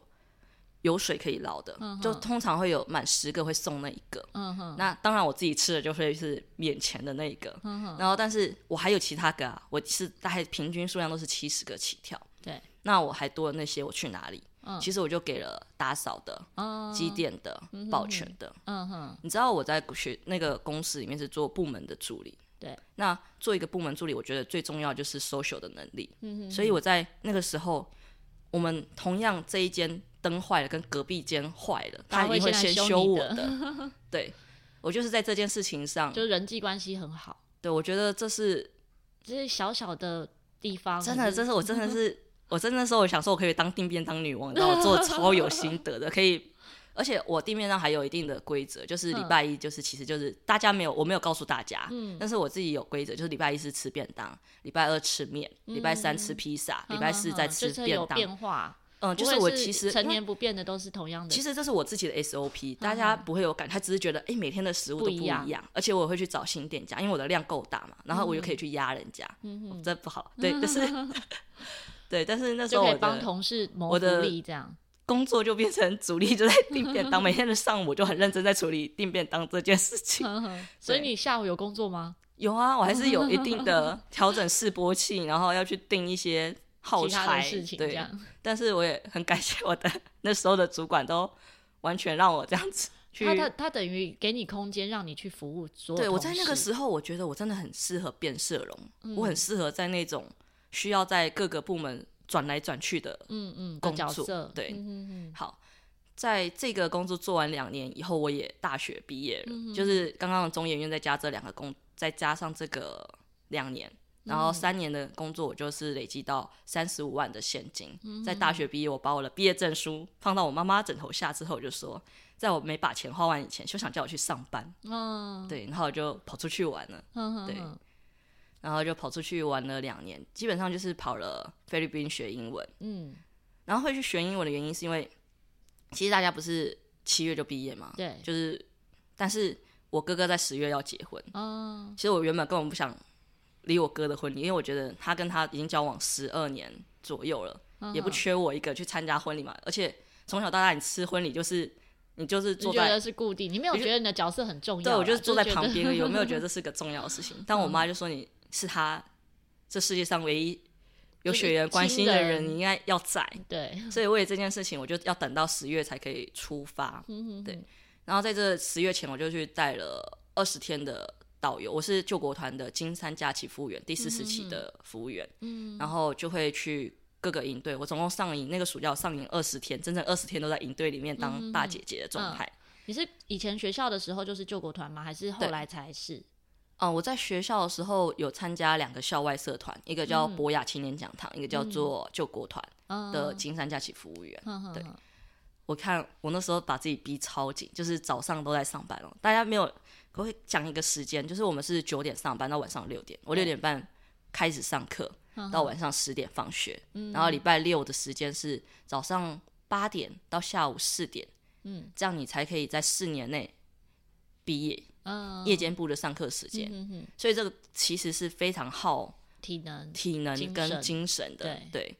B: 有水可以捞的，
A: 嗯哼
B: 就通常会有满十个会送那一个。
A: 嗯哼，
B: 那当然我自己吃的就会是免钱的那一个，
A: 嗯哼，
B: 然后但是我还有其他个啊，我是大概平均数量都是七十个起跳。
A: 对，
B: 那我还多的那些我去哪里？
A: 嗯
B: 其实我就给了打扫的、
A: 哦，
B: 机电的、保全的。
A: 嗯哼，
B: 你知道我在学那个公司里面是做部门的助理，
A: 对。
B: 那做一个部门助理，我觉得最重要就是 social 的能力。
A: 嗯哼，
B: 所以我在那个时候，我们同样这一间灯坏了，跟隔壁间坏了，
A: 他
B: 他
A: 会
B: 一定会
A: 先
B: 先
A: 来修
B: 修
A: 你
B: 我
A: 的
B: 的。对，我就是在这件事情上，
A: 就人际关系很好，
B: 对我觉得这是
A: 这是小小的地方，
B: 真的，
A: 哦可是
B: 这是我 真的是我真的那时候我想说，我可以当定便当女王，然后我做得超有心得的，可以。而且我地面上还有一定的规则，就是
A: 嗯
B: 礼拜一就是其实就是大家没有我没有告诉大家，但是我自己有规则，就是礼拜一是吃便当，礼拜二吃面，礼拜三吃披萨，礼拜四
A: 嗯
B: 再
A: 嗯嗯嗯
B: 吃
A: 就是
B: 便
A: 有
B: 当，
A: 变化，
B: 嗯，就
A: 不会
B: 我其实
A: 成
B: 因为
A: 年不变的都是同样的，
B: 其实这是我自己的 SOP，大家不会有感，他只是觉得哎、诶每天的食物都
A: 嗯不一
B: 不一
A: 样嗯
B: 样，而且我会去找新店家，因为我的量够大嘛，然后我又可以去压人家，嗯、这不好，对，就是 对，但是那时
A: 就
B: 候
A: 可
B: 我
A: 以帮
B: 的
A: 同事谋
B: 我
A: 福
B: 的
A: 利这样。
B: 工作就变成主力就在订便 当，每天的上午我就很认真在处理订便当这件事情。
A: 呵呵 所以
B: 对
A: 你下午有工作吗？
B: 有啊，我还是有一定 的调整示波器，然后要去订一些耗
A: 其他
B: 材
A: 的事情这
B: 对，
A: 样，
B: 但是我也很感谢我的那时候的主管，都完全让我这样子去
A: 他。他他等于给你空间，让你去服务所有
B: 对我
A: 同
B: 在那个
A: 事
B: 时候，我觉得我真的很适合变社容，
A: 嗯
B: 我很适合在那种需要在各个部门转来转去的
A: 嗯嗯的
B: 工
A: 角
B: 作
A: 色，
B: 对
A: 嗯嗯嗯
B: 好，在这个工作做完两年以后，我也大学毕业了，
A: 嗯哼
B: 就是刚刚的中研院再加这两个工，再加上这个两年，然
A: 嗯
B: 后三年的工作，我就是累积到三十五万的现金。
A: 嗯
B: 在大学毕业，我把我的毕业证书放到我妈妈枕头下之后，我就说，在我没把钱花完以前，休想叫我去上班。
A: 嗯，
B: 对，然后我就跑出去玩了，
A: 嗯，
B: 对
A: 嗯嗯
B: 然后就跑出去玩了两年，基本上就是跑了菲律宾学英文。
A: 嗯，
B: 然后会去学英文的原因是因为，其实大家不是七月就毕业嘛，
A: 对，
B: 就是，但是我哥哥在十月要结婚，
A: 嗯
B: 其实我原本根本不想理我哥的婚礼，因为我觉得他跟他已经交往十二年左右了，
A: 嗯
B: 也不
A: 嗯
B: 缺我一个去参加婚礼嘛，而且从小到大你吃婚礼就是你就是
A: 你
B: 坐
A: 觉
B: 在。
A: 得是固定，你没有
B: 我就
A: 觉得你的角色很重要啦，啊
B: 对，我就是坐在
A: 觉
B: 旁
A: 得嗯
B: 边而已，有没有觉 得这是个重要的事情？但我妈就说你是她这世界上唯一
A: 就
B: 有
A: 是
B: 血缘关
A: 亲
B: 系的
A: 人
B: 人，你应该要 在。
A: 对，
B: 所以为了这件事情，我就要等到十月才可以出发。
A: 嗯
B: 对，然后在这十月前，我就去带了二十天的导游，我是救国团的金山假期服务员，第四十期的服务员，
A: 嗯
B: 然后就会去各个营队，我总共上营那个暑假我上营二十天，整整二十天都在营队里面当大姐姐的状
A: 嗯
B: 态。
A: 你是以前学校的时候就是救国团吗？还是后
B: 对
A: 来才是？
B: 嗯，我在学校的时候有参加两个校外社团，一个叫
A: 嗯
B: 博雅青年讲堂，一个叫做救国团
A: 嗯
B: 的金山假期服务员。
A: 嗯
B: 对，
A: 嗯嗯
B: 我看我那时候把自己逼超紧，就是早上都在上班哦。大家没有，我会讲一个时间，就是我们是九点上班到晚上六点，我
A: 对
B: 六点半开始上课，
A: 哦嗯
B: 到晚上十点放学，
A: 嗯
B: 然后礼拜六的时间是早上八点到下午四点，
A: 嗯
B: 这样你才可以在四年内毕业。
A: 嗯，
B: 夜间部的上课时间，
A: 嗯嗯嗯
B: 所以这个其实是非常耗
A: 体能，
B: 体能
A: 精
B: 跟
A: 神
B: 精神的，
A: 对嗯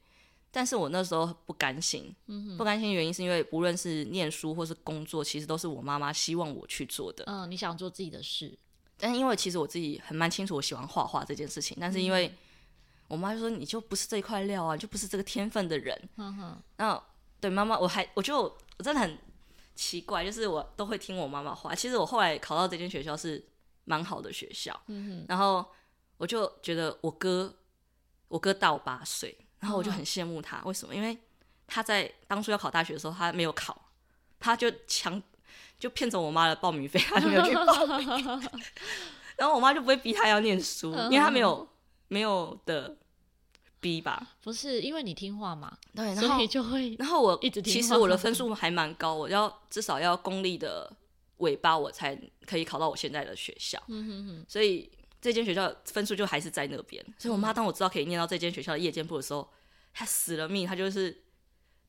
B: 但是我那时候不甘心，不甘心的原因是因为不论是念书或是工作，其实都是我妈妈希望我去做的。
A: 嗯，你想做自己的事，
B: 但因为其实我自己很蛮清楚我喜欢画画这件事情，但是
A: 嗯
B: 因为我妈就说你就不是这一块料啊，你就不是这个天分的人。
A: 嗯哼，
B: 那对妈妈，我还我就我真的很奇怪，就是我都会听我妈妈话。其实我后来考到这间学校是蛮好的学校，
A: 嗯
B: 然后我就觉得我哥，我哥大我八岁，
A: 嗯
B: 然后我就很羡慕他。为什么？因为他在当初要考大学的时候，他没有考，他就强就骗走我妈的报 名费，他就没有去报名。然后我妈就不会逼他要念书，因为他没
A: 嗯
B: 有没有的逼吧。
A: 不是因为你听话嘛，
B: 对，然
A: 所
B: 后
A: 以就会
B: 然后我
A: 一直听
B: 其实
A: 话
B: 我的分数还蛮高，我要至少要公立的尾巴，我才可以考到我现在的学校。
A: 嗯哼哼，
B: 所以这间学校分数就还是在那边。所以我妈当我知道可以念到这间学校的夜间部的时候，她死了命，她就是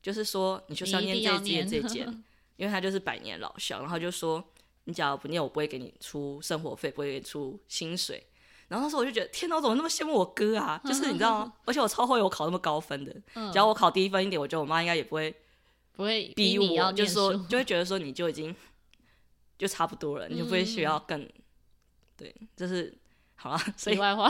B: 就是说你就是要
A: 你
B: 念
A: 一
B: 这
A: 定
B: 一间
A: 要
B: 这一
A: 念
B: 间，因为她就是百年老校，然后就说你假如不念，我不会给你出生活费，不会给你出薪水。然后那时候我就觉得，天哪，我怎么那么羡慕我哥啊？就是你知道吗？而且我超后悔我考那么高分的，
A: 嗯
B: 只要我考低分一点，我觉得我妈应该也不会
A: 不会
B: 逼
A: 你要
B: 我，就
A: 念
B: 是说
A: 书
B: 就会觉得说你就已经就差不多了，你就不会
A: 嗯
B: 需要更、对，就是好了。所
A: 题
B: 以
A: 外话，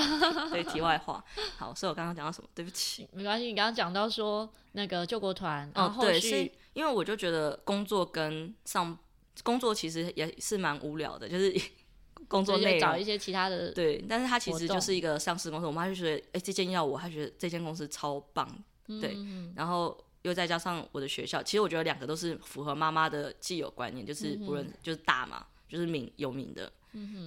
B: 对题外话，好，所以我刚刚讲到什么？对不起。
A: 没关系。你刚刚讲到说那个救国团，然
B: 哦，
A: 后后
B: 对，是
A: 续
B: 因为我就觉得工作跟上工作其实也是蛮无聊的，就是 工作
A: 就
B: 内
A: 是找
B: 容
A: 一些其他的，
B: 对，但是它其
A: 活
B: 实
A: 动
B: 就是一个上市公司。我妈就觉得，哎、这间要我，她觉得这间公司超棒，
A: 嗯
B: 对。然后又再加上我的学校，其实我觉得两个都是符合妈妈的既有观念，就是
A: 嗯
B: 不论、就是大嘛，就是名有名的。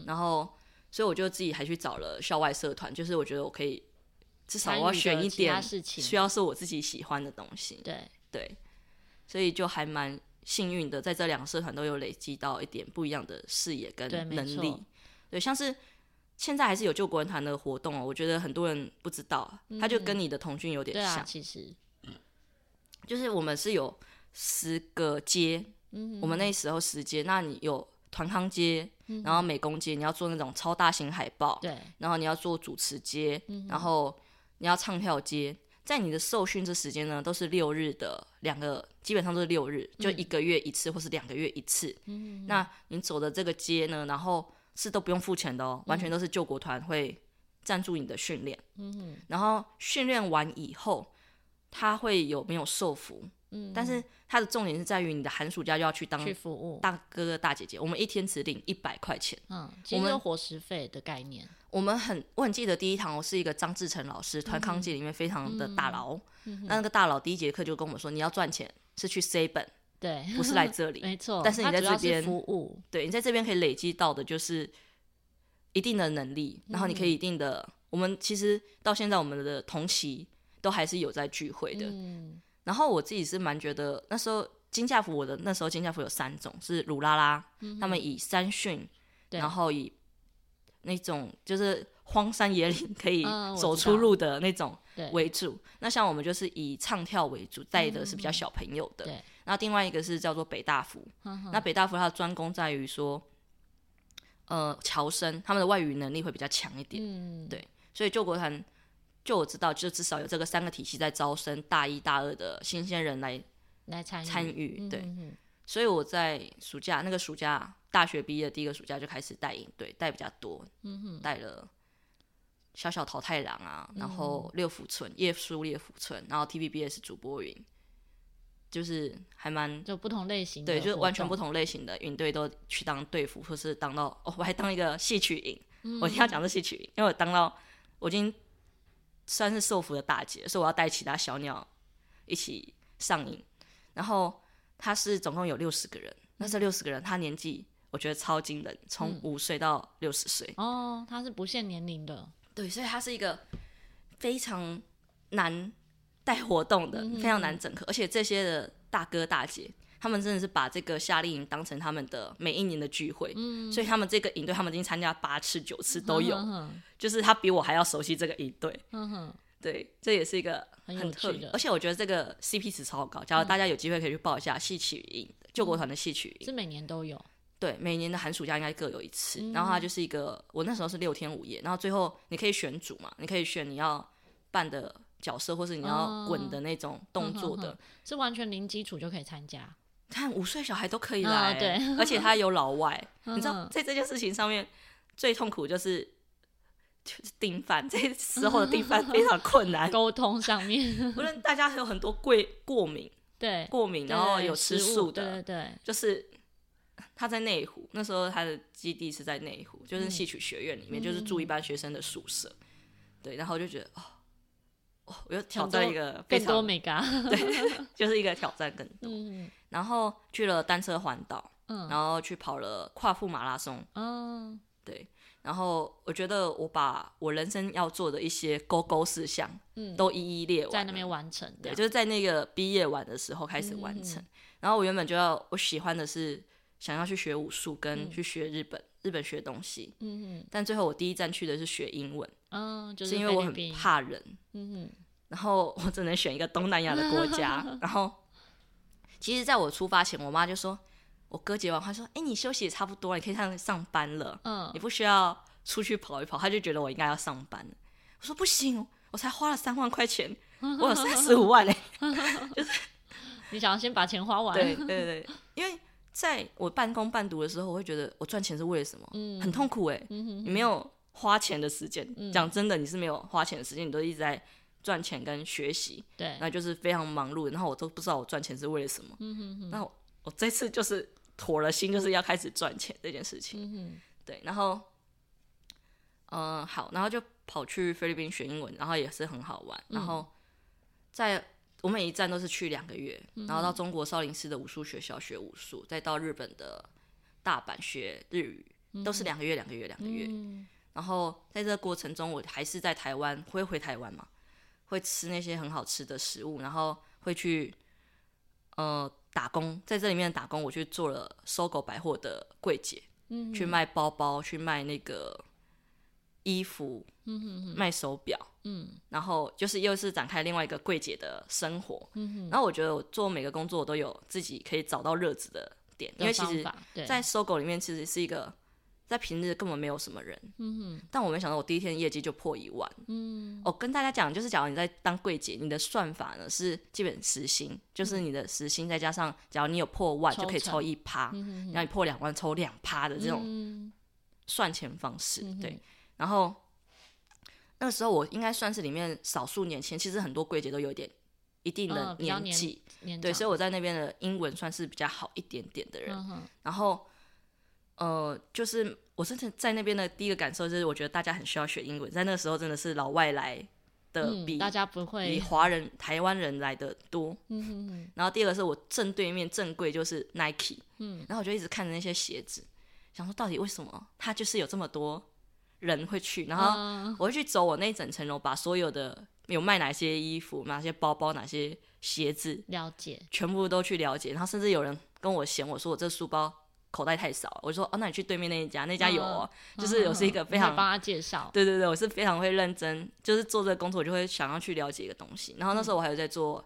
B: 然后，所以我就自己还去找了校外社团，就是我觉得我可以至少
A: 参
B: 我要
A: 与
B: 选
A: 的
B: 一
A: 其他
B: 点
A: 事
B: 需
A: 情，
B: 要是我自己喜欢的东西。
A: 对，
B: 对，所以就还蛮幸运的，在这两个社团都有累积到一点不一样的视野跟
A: 对没
B: 能力
A: 错。
B: 对，像是现在还是有救国人团的活动哦，我觉得很多人不知道，他就跟你的童军有点
A: 嗯对
B: 像，
A: 啊，其实，
B: 就是我们是有十个街，
A: 嗯
B: 我们那时候十街，那你有团康街，然后美工街，你要做那种超大型海报，
A: 嗯对，
B: 然后你要做主持街，然后你要唱跳街。在你的受训这时间呢，都是六日的两个，基本上都是六日，就一个月一次或是两个月一次。嗯，那你走的这个街呢，然后是都不用付钱的哦，完全都是救国团会赞助你的训练。嗯，然后训练完以后，他会有没有受服？嗯，但是它的重点是在于你的寒暑假就要去当
A: 去服务，
B: 大哥哥大姐姐，我们一天只领一百块钱。
A: 嗯，其实就是伙食费的概念，
B: 我们很我很记得第一堂我是一个张志成老师，团康界里面非常的大佬。那那个大佬第一节课就跟我们说，你要赚钱是去 C 本，
A: 对，
B: 不是来这里。
A: 没错。
B: 但是你
A: 它
B: 在
A: 主要
B: 这边
A: 服务，
B: 对你在这边可以累积到的就是一定的能力，然后你可以一定的。我们其实到现在我们的同期都还是有在聚会的。
A: 嗯，
B: 然后我自己是蛮觉得那时候金价服，我的那时候金价服有三种，是鲁拉拉，他们以山训，
A: 嗯对
B: 然后以那种就是荒山野岭可以
A: 嗯我知
B: 走出
A: 道
B: 路的那种
A: 对，
B: 为主。那像我们就是以唱跳为主，带的是比较小朋友
A: 嗯
B: 的。
A: 对
B: 然后另外一个是叫做北大服，那北大服它的专攻在于说，呃，侨生他们的外语能力会比较强一点。
A: 嗯，
B: 对所以救国团，就我知道，就至少有这个三个体系在招生大一、大二的新鲜人来
A: 来参与
B: 参与。
A: 嗯
B: 对，
A: 嗯嗯
B: 所以我在暑假那个暑假，大学毕业第一个暑假就开始带营队，带比较多，嗯带了小小桃太郎啊，然后
A: 嗯
B: 六福村、叶书列福村，然后 TVBS 主播云，就是还蛮。
A: 就不同类型的
B: 对，
A: 活动，
B: 就是完全不同类型的营队都去当队服，或是当到哦，我还当一个戏曲营，
A: 嗯
B: 我一定要讲是戏曲营，因为我当到我已经算是受服的大姐，所以我要带其他小鸟一起上营。然后他是总共有六十个人，那这六十个人他年纪我觉得超惊人，
A: 嗯
B: 从五岁到六十岁，
A: 哦，它是不限年龄的，
B: 对，所以他是一个非常难带活动的，
A: 嗯
B: 非常难整合，而且这些的大哥大姐。他们真的是把这个夏令营当成他们的每一年的聚会，所以他们这个营队他们已经参加八次九次都有，
A: 嗯哼哼
B: 就是他比我还要熟悉这个营队，
A: 哼哼
B: 对，这也是一个
A: 很有
B: 很特
A: 趣
B: 别
A: 的，嗯
B: 而且我觉得这个 CP 值超高。假如大家有机会可以去报一下戏曲营，救国团的戏曲营，
A: 是每年都有，
B: 对，每年的寒暑假应该各有一次。然
A: 嗯
B: 后它就是一个，我那时候是六天五夜，然后最后你可以选组嘛，你可以选你要扮的角色，或是你
A: 哦
B: 要滚的那种动作
A: 嗯
B: 的。
A: 是完全零基础就可以参加，
B: 看五岁小孩都可以
A: 啊
B: 来、
A: 对
B: 而且他有老 外，你知道
A: 嗯。
B: 在这件事情上面最痛苦就是。就是订饭，这时候的订饭非常困 难
A: 沟通上面
B: 无论大家有很多贵过敏，
A: 对，
B: 过敏，然后有吃素
A: 对对
B: 的，
A: 对，
B: 就是他在内湖，那时候他的基地是在内湖，就是戏曲学院里
A: 嗯
B: 面，就是住一般学生的宿舍。对，然后我就觉得哦，哦，我又挑战一个非
A: 更多
B: 常，
A: 美嘎，
B: 对，就是一个挑战更多。
A: 嗯
B: 然后去了单车环岛，
A: 嗯
B: 然后去跑了跨富马拉松，
A: 嗯，
B: 对。然后我觉得我把我人生要做的一些勾勾事项，
A: 嗯
B: 都一一列完了，
A: 在那边完成
B: 对，
A: 的，
B: 就是在那个毕业晚的时候开始完成。然后我原本就要，我喜欢的是想要去学武术跟去学日本、日本学东西，
A: 嗯
B: 但最后我第一站去的是学英文，
A: 嗯嗯，就是
B: 因为
A: 菲
B: 我
A: 律
B: 很
A: 宾，
B: 怕人，
A: 嗯嗯
B: 然后我只能选一个东南亚的国家。然后，其实在我出发前，我妈就说，我哥结完婚她说，哎、你休息也差不多了，你可以上上班了。
A: 嗯
B: 你不需要出去跑一跑，他就觉得我应该要上班。我说不行，我才花了三万块钱，我有三十五万嘞、欸
A: 你想要先把钱花完，
B: 对对对，因为在我半工半读的时候，我会觉得我赚钱是为了什么？
A: 嗯
B: 很痛苦哎、你没有花钱的时间。讲、真的，你是没有花钱的时间，你都一直在赚钱跟学习，
A: 对
B: 那就是非常忙碌。然后我都不知道我赚钱是为了什么。
A: 嗯
B: 那我我这次就是妥了心，就是要开始赚钱这件事情。
A: 嗯
B: 对，然后，嗯、好，然后就跑去菲律宾学英文，然后也是很好玩。然后在我每一站都是去两个月，然后到中国少林寺的武术学校学武术，再到日本的大阪学日语，都是两个月、两个月、两个月。
A: 嗯
B: 然后在这个过程中，我还是在台湾，会回台湾嘛，会吃那些很好吃的食物，然后会去呃打工，在这里面打工，我去做了搜狗百货的柜姐，
A: 嗯
B: 去卖包包，去卖那个衣服，
A: 嗯
B: 卖手表，
A: 嗯
B: 然后就是又是展开另外一个柜姐的生活。
A: 嗯
B: 然后我觉得我做每个工作我都有自己可以找到乐子的点，因为其实
A: 的方法对
B: 在搜狗里面其实是一个，在平日根本没有什么人，
A: 嗯哼
B: 但我没想到我第一天业绩就破一万。
A: 嗯，
B: 哦，跟大家讲，就是假如你在当柜姐，你的算法呢是基本时薪，就是你的时薪再加上，假如你有破万
A: 嗯抽
B: 就可以
A: 成
B: 抽一趴，
A: 嗯哼哼
B: 然后你破两万抽两趴 的这种
A: 嗯
B: 算钱方式。
A: 嗯哼
B: 对，然后那个时候我应该算是里面少数年轻，其实很多柜姐都有一点一定的
A: 嗯比较
B: 年
A: 年
B: 纪，
A: 年
B: 对，
A: 长
B: 所以我在那边的英文算是比较好一点点的人。
A: 嗯哼
B: 然后呃，就是我真的在那边的第一个感受就是，我觉得大家很需要学英文，在那个时候真的是老外来的
A: 嗯
B: 比、
A: 大家不
B: 比
A: 会，
B: 华人、台湾人来的多。
A: 嗯哼哼
B: 然后第二个是我正对面正柜就是 Nike，
A: 嗯，
B: 然后我就一直看着那些鞋子，想说到底为什么它就是有这么多人会去，然后
A: 嗯
B: 我会去走我那一整层楼，把所有的有卖哪些衣服、哪些包包、哪些鞋子，
A: 了 解，
B: 全部都去了解。然后甚至有人跟我嫌我说我这书包口袋太少了，我就说哦，那你去对面那一家，那家有哦，
A: 嗯
B: 就是我是一个非
A: 你会
B: 常
A: 帮他介绍，
B: 对对对，我是非常会认真，就是做这个工作，我就会想要去了解一个东西。然后那时候我还有在做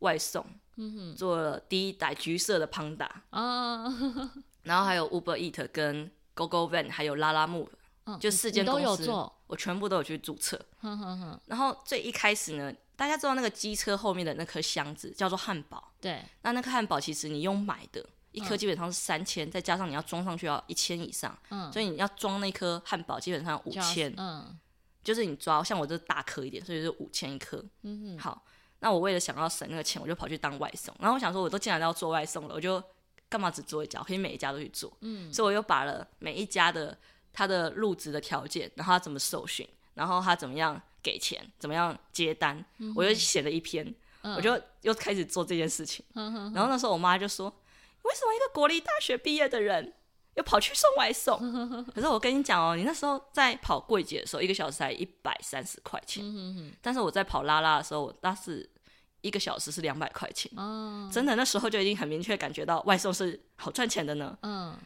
B: 外送，
A: 嗯
B: 做了第一代橘色的 Panda，
A: 哼啊，
B: 然后还有 Uber Eat 跟 GoGo Van，还有拉拉 Move，
A: 嗯
B: 就
A: 你
B: 四
A: 你
B: 间
A: 都
B: 公
A: 有
B: 司
A: 做，
B: 我全部都有去注册。
A: 哼哼哼，
B: 然后最一开始呢，大家知道那个机车后面的那颗箱子叫做汉堡，
A: 对，
B: 那那颗汉堡其实你用买的。一颗
A: 嗯
B: 基本上是三千，再加上你要装上去要一千以上，
A: 嗯，
B: 所以你要装那颗汉堡基本上五
A: 就要
B: 千，
A: 嗯
B: 就是你抓像我这大颗一点，所以就五千一颗。
A: 嗯哼，
B: 好，那我为了想要省那个钱，我就跑去当外送。然后我想说，我都既然要做外送了，我就干嘛只做一家？我可以每一家都去做。
A: 嗯，
B: 所以我又把了每一家的他的入职的条件，然后他怎么受训，然后他怎么样给钱，怎么样接单，
A: 嗯
B: 我就写了一篇，我就又开始做这件事情。
A: 哼哼
B: 然后那时候我妈就说：“为什么一个国立大学毕业的人？”又跑去送外送， 可是我跟你讲哦，你那时候在跑柜姐的时候，一个小时才一百三十块钱，
A: 嗯哼
B: 但是我在跑拉拉的时候，我当时一个小时是两百块钱，
A: 哼，哦，
B: 真的那时候就已经很明确感觉到外送是好赚钱的呢。
A: 嗯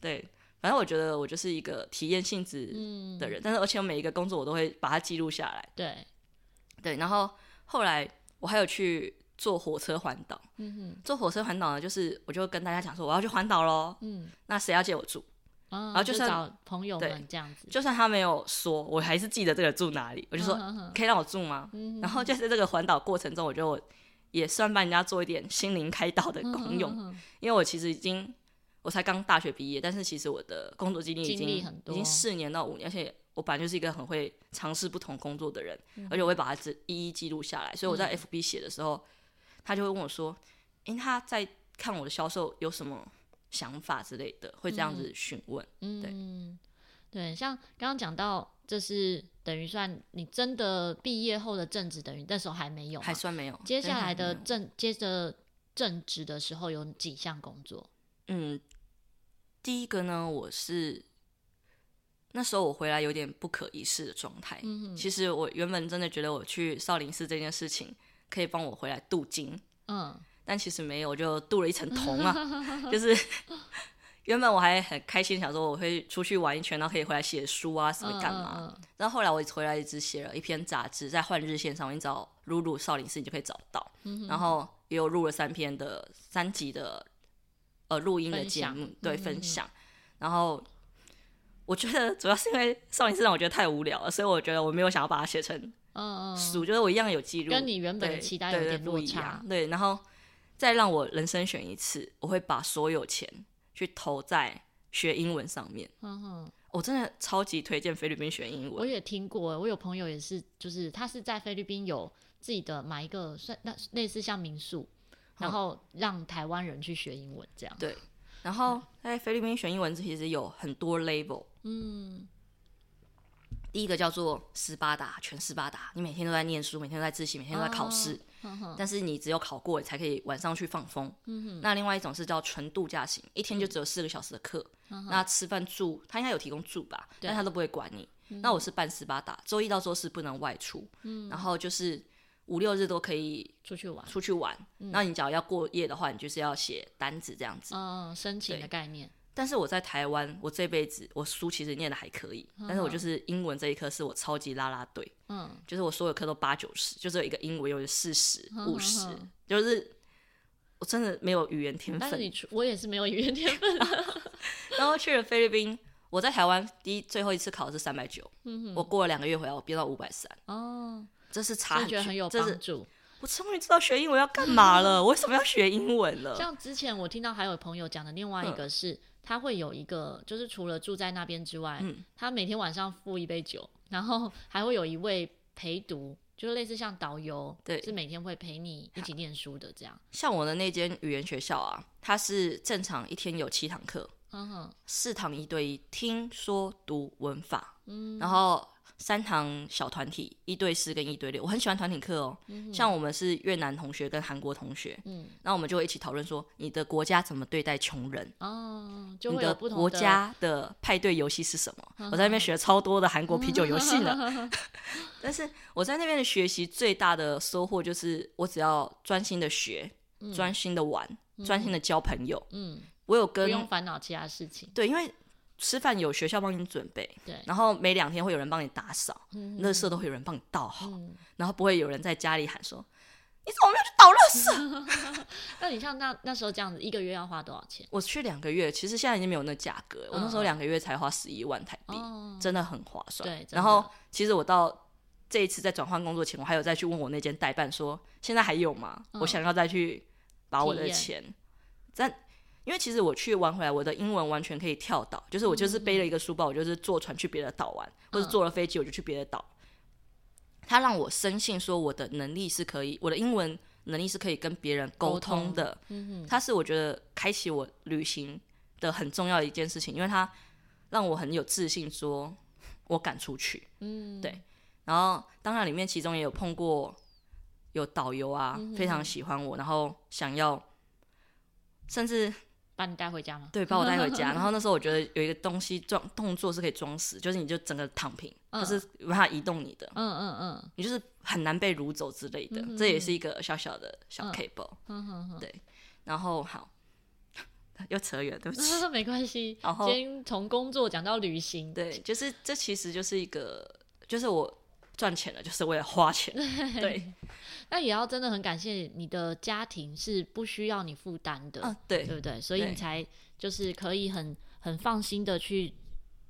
B: 对，反正我觉得我就是一个体验性质
A: 嗯，
B: 的人，但是而且我每一个工作我都会把它记录下来。
A: 对，
B: 对，然后后来我还有去坐火车环岛，
A: 嗯哼
B: 坐火车环岛呢，就是我就跟大家讲说我要去环岛喽，
A: 嗯，
B: 那谁要借我住？
A: 然
B: 后
A: 嗯
B: 就
A: 就
B: 算
A: 找朋友
B: 对
A: 们这样子，
B: 就算他没有说，我还是记得这个住哪里，我就说
A: 嗯哼
B: 可以让我住吗？
A: 嗯
B: 然后就在这个环岛过程中，我觉得我也算帮人家做一点心灵开导的功用，
A: 嗯
B: 因为我其实已经我才刚大学毕业，但是其实我的工作经历已
A: 经
B: 经
A: 历很多
B: 已经四年到五年，而且我本来就是一个很会尝试不同工作的人，
A: 嗯
B: 而且我会把它只一一记录下来，所以我在 FB 写的时候，他就会问我说：“诶，他在看我的销售有什么想法之类的？”会这样子询问。对
A: 嗯，对，像刚刚讲到，这是等于算你真的毕业后的正职，等于那时候还没有嘛。
B: 还算没有。
A: 接下来
B: 真还
A: 的
B: 没有
A: 正接着正职的时候有几项工作？
B: 嗯，第一个呢，我是那时候我回来有点不可一世的状态。
A: 嗯哼
B: 其实我原本真的觉得我去少林寺这件事情可以帮我回来镀金，
A: 嗯
B: 但其实没有，我就镀了一层铜 啊。就是 原本我还很开心，想说我会出去玩一圈，然后可以回来写书啊什么
A: 嗯
B: 干嘛。
A: 嗯
B: 然后后来我回来只写了一篇杂志，在换日线上面你找露露少林寺，你就可以找到。
A: 嗯
B: 然后也有录了三篇的三集的呃录音的
A: 分
B: 节
A: 享
B: 目，对
A: 嗯
B: 分享。然后我觉得主要是因为少林寺让我觉得太无聊了，所以我觉得我没有想要把它写成
A: 嗯嗯，
B: 书，就是我一样有记录，
A: 跟你原本的
B: 对
A: 期待
B: 对
A: 有
B: 对
A: 点
B: 不
A: 落
B: 一
A: 差
B: 样。对，然后再让我人生选一次，我会把所有钱去投在学英文上面。
A: 嗯哼，
B: 我真的超级推荐菲律宾学英
A: 我
B: 文，
A: 也听过，我有朋友也是，就是他是在菲律宾有自己的买一个算那类似像民宿，然
B: 嗯
A: 后让台湾人去学英文这样。
B: 对。然后在菲律宾学英文其实有很多 label，
A: 嗯
B: 第一个叫做斯巴达，全斯巴达，你每天都在念书，每天都在自习，每天都在考试，
A: 哼哼
B: 但是你只有考过，你才可以晚上去放风。
A: 哦嗯
B: 那另外一种是叫纯度假型，一天就只有四个小时的课，那吃饭住，他应该有提供住吧，
A: 嗯对啊嗯
B: 但他都不会管你。那我是办斯巴达，周一到周四不能外出，然后就是五六日都可以
A: 出去玩，
B: 出去玩。那你假如要过夜的话，你就是要写单子这样子。
A: 嗯，申请
B: 对
A: 的概念，
B: 但是我在台湾，我这辈子我书其实念的还可以，但是我就是英文这一科是我超级拉拉队。
A: 嗯
B: 就是我所有课都八九十，就只有一个英文有四十
A: 哼哼嗯
B: 五十
A: 哼，
B: 就是我真的没有语言天
A: 但是
B: 分。
A: 你出我也是没有语言天分，
B: 然后去了菲律宾，我在台湾第一最后一次考的是三百九，
A: 嗯
B: 我过了两个月回来，我变到五百三，
A: 哦，
B: 这是差
A: 所以
B: 很
A: 觉得很有
B: 这是
A: 帮助。
B: 我终于知道学英文要干嘛了，我为什么要学英文 了？
A: 像之前我听到还有朋友讲的另外
B: 嗯
A: 一个是，他会有一个，就是除了住在那边之外，
B: 嗯
A: 他每天晚上付一杯酒，然后 还会有一位陪读，就是类似像导游，
B: 对
A: 是每天会陪你一起念书的这样。
B: 像我的那间语言学校啊，它是正常一天有七堂课，
A: 嗯哼，
B: 四堂一对一听说读文法，
A: 嗯
B: 然后三堂小团体一对四跟一对六。我很喜欢团体课哦，
A: 嗯
B: 像我们是越南同学跟韩国同学，
A: 嗯，
B: 那我们就会一起讨论说你的国家怎么对待穷人。
A: 哦，就
B: 你
A: 会有
B: 的
A: 不同嗯
B: 国家的派对游戏是什么？我在那边学了超多的韩国啤酒游戏呢。 但是我在那边的学习最大的收获就是，我只要专心的学，专心的玩，专心的交朋友。
A: 嗯，
B: 我有
A: 不
B: 跟
A: 用烦恼其他事情。
B: 对，因为吃饭有学校帮你准备，
A: 对，
B: 然后每两天会有人帮你打扫，
A: 嗯
B: 垃圾都会有人帮你倒好，
A: 嗯，
B: 然后不会有人在家里喊说：“你怎么没有去倒垃圾
A: 那你像那那时候这样子，一个月要花多少钱？”？
B: 我去两个月，其实现在已经没有那价格了，我那时候
A: 嗯
B: 两个月才花十一万台币。
A: 哦，
B: 真的很划算。
A: 对真的
B: 然后其实我到这一次在转换工作前，我还有再去问我那间代办说，现在还有吗？
A: 嗯
B: 我想要再去把我
A: 体
B: 的
A: 验
B: 钱，但因为其实我去玩回来，我的英文完全可以跳岛，就是我就是背了一个书包，我就是坐船去别的岛玩，或者
A: 嗯
B: 坐了飞机我就去别的岛。他让我深信说我的能力是可以，我的英文能力是可以跟别人沟
A: 沟通
B: 通的。
A: 嗯哼，
B: 它是我觉得开启我旅行的很重要的一件事情，因为它让我很有自信，说我敢出去。
A: 嗯，
B: 对然后当然里面其中也有碰过有导游啊，
A: 嗯
B: 非常喜欢我，然后想要甚至
A: 把你带回家吗？
B: 对把我带回家。然后那时候我觉得有一个东西装动作是可以装死，就是你就整个躺平，它
A: 嗯
B: 是无法移动你的，
A: 嗯嗯嗯
B: 你就是很难被掳走之类的。
A: 嗯哼
B: 这也是一个小小的小
A: 嗯
B: cable、
A: 嗯哼哼。
B: 然后好， 又扯远， 对不起。
A: 没关系，
B: 然后
A: 今天从工作讲到旅行，
B: 对，就是这其实就是一个，就是我赚钱了，就是为了花 钱。对，
A: 那也要真的很感谢你的家庭是不需要你负担的，
B: 啊，对
A: 对不对？所以
B: 对
A: 你才就是可以很很放心的去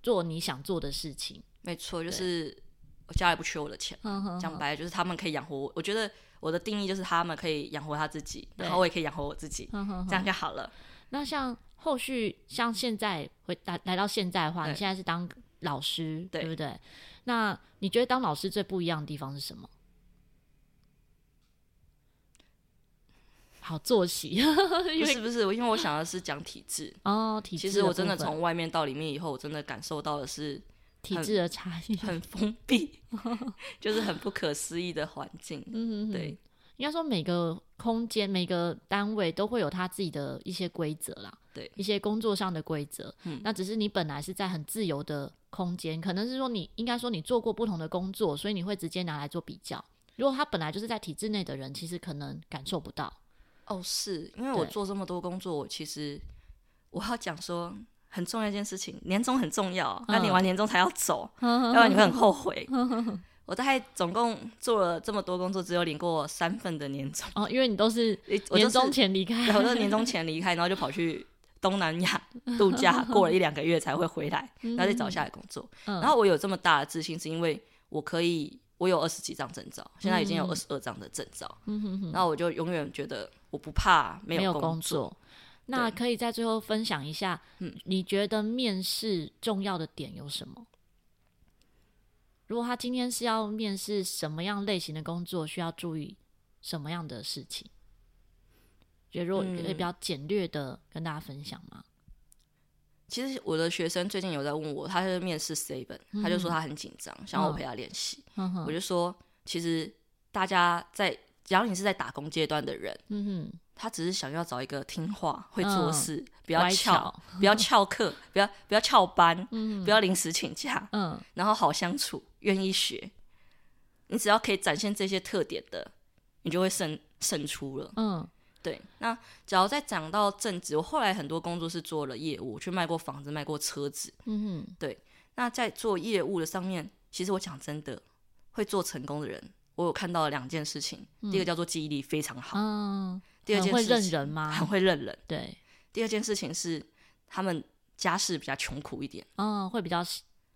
A: 做你想做的事情。
B: 没错，就
A: 对
B: 是我家里不缺我的钱，
A: 嗯哼
B: 讲白了就是他们可以养活我。我觉得我的定义就是他们可以养活他自己，
A: 对嗯
B: 然后我也可以养活我自己，
A: 哼哼
B: 这样就好了。
A: 那像后续像现在回来来到现在的话，
B: 对
A: 你现在是当老师，
B: 对
A: 不对？那你觉得当老师最不一样的地方是什么？好作息， 因
B: 不
A: 为
B: 是不是，我因为我想的是讲体制。
A: 哦，体
B: 其
A: 质
B: 实我真
A: 的
B: 的
A: 部分
B: 从外面到里面以后，我真的感受到的是
A: 体
B: 很
A: 质的差异，
B: 很封闭， 就是很不可思议的环境。
A: 嗯，嗯嗯
B: 对，
A: 应该说每个空间、每个单位都会有他自己的一些规则啦，
B: 对
A: 一些工作上的规则。
B: 嗯
A: 那只是你本来是在很自由的空间，可能是说你应该说你做过不同的工作，所以你会直接拿来做比较。如果他本来就是在体制内的人，其实可能感受不到。
B: 哦，是因为我
A: 对
B: 做这么多工作，我其实我要讲说很重要一件事情，年终很重要，那你
A: 嗯
B: 完年终才要走，要不然你会很后悔。我大概总共做了这么多工作，只有领过三份的年 终，
A: 哦，因为你都是
B: 诶我
A: 年
B: 就是
A: 终前离 开，
B: 对我就是年终前离开，然后就跑去东南 亚度假，过了一两个月才会回来，然后再找下来工作。
A: 嗯
B: 然后我有这么大的自信，是因为我可以，我有二十几张证照，现在已经有二十二张的证照，
A: 嗯哼哼
B: 然后我就永远觉得我不怕没
A: 没有
B: 工
A: 工作。那可以在最后分享一下，
B: 嗯
A: 你觉得面试重要的点有什么？如果他今天是要面试什么样类型的工作，需要注意什么样的事情？觉得如果
B: 嗯
A: 可以比较简略的跟大家分享吗？
B: 其实我的学生最近有在问我，他在面试 seven，、他就说他很紧张，想要我陪他练习。
A: 嗯
B: 我
A: 哼，
B: 就说，其实大家在只要你是在打工阶段的人，
A: 嗯哼，
B: 他只是想要找一个听话、会做
A: 嗯
B: 事、不
A: 比
B: 要翘、
A: 巧，
B: 不要翘课、不要不要翘班、
A: 嗯
B: 不要临时请假，
A: 嗯
B: 然后好相处、愿意学。你只要可以展现这些特点的，你就会胜胜出了。
A: 嗯
B: 对，那只要再讲到正职，我后来很多工作是做了业务，我去卖过房子、卖过车子。
A: 嗯哼，
B: 那在做业务的上面，其实我讲真的，会做成功的人，我有看到了两件事情。第一个叫做记忆力非常好，
A: 嗯，
B: 第二
A: 很
B: 件
A: 会
B: 事
A: 认
B: 情
A: 人
B: 很
A: 吗？
B: 会认人。
A: 对，
B: 第二件事情是他们家世比较穷苦一点。
A: 嗯，会比较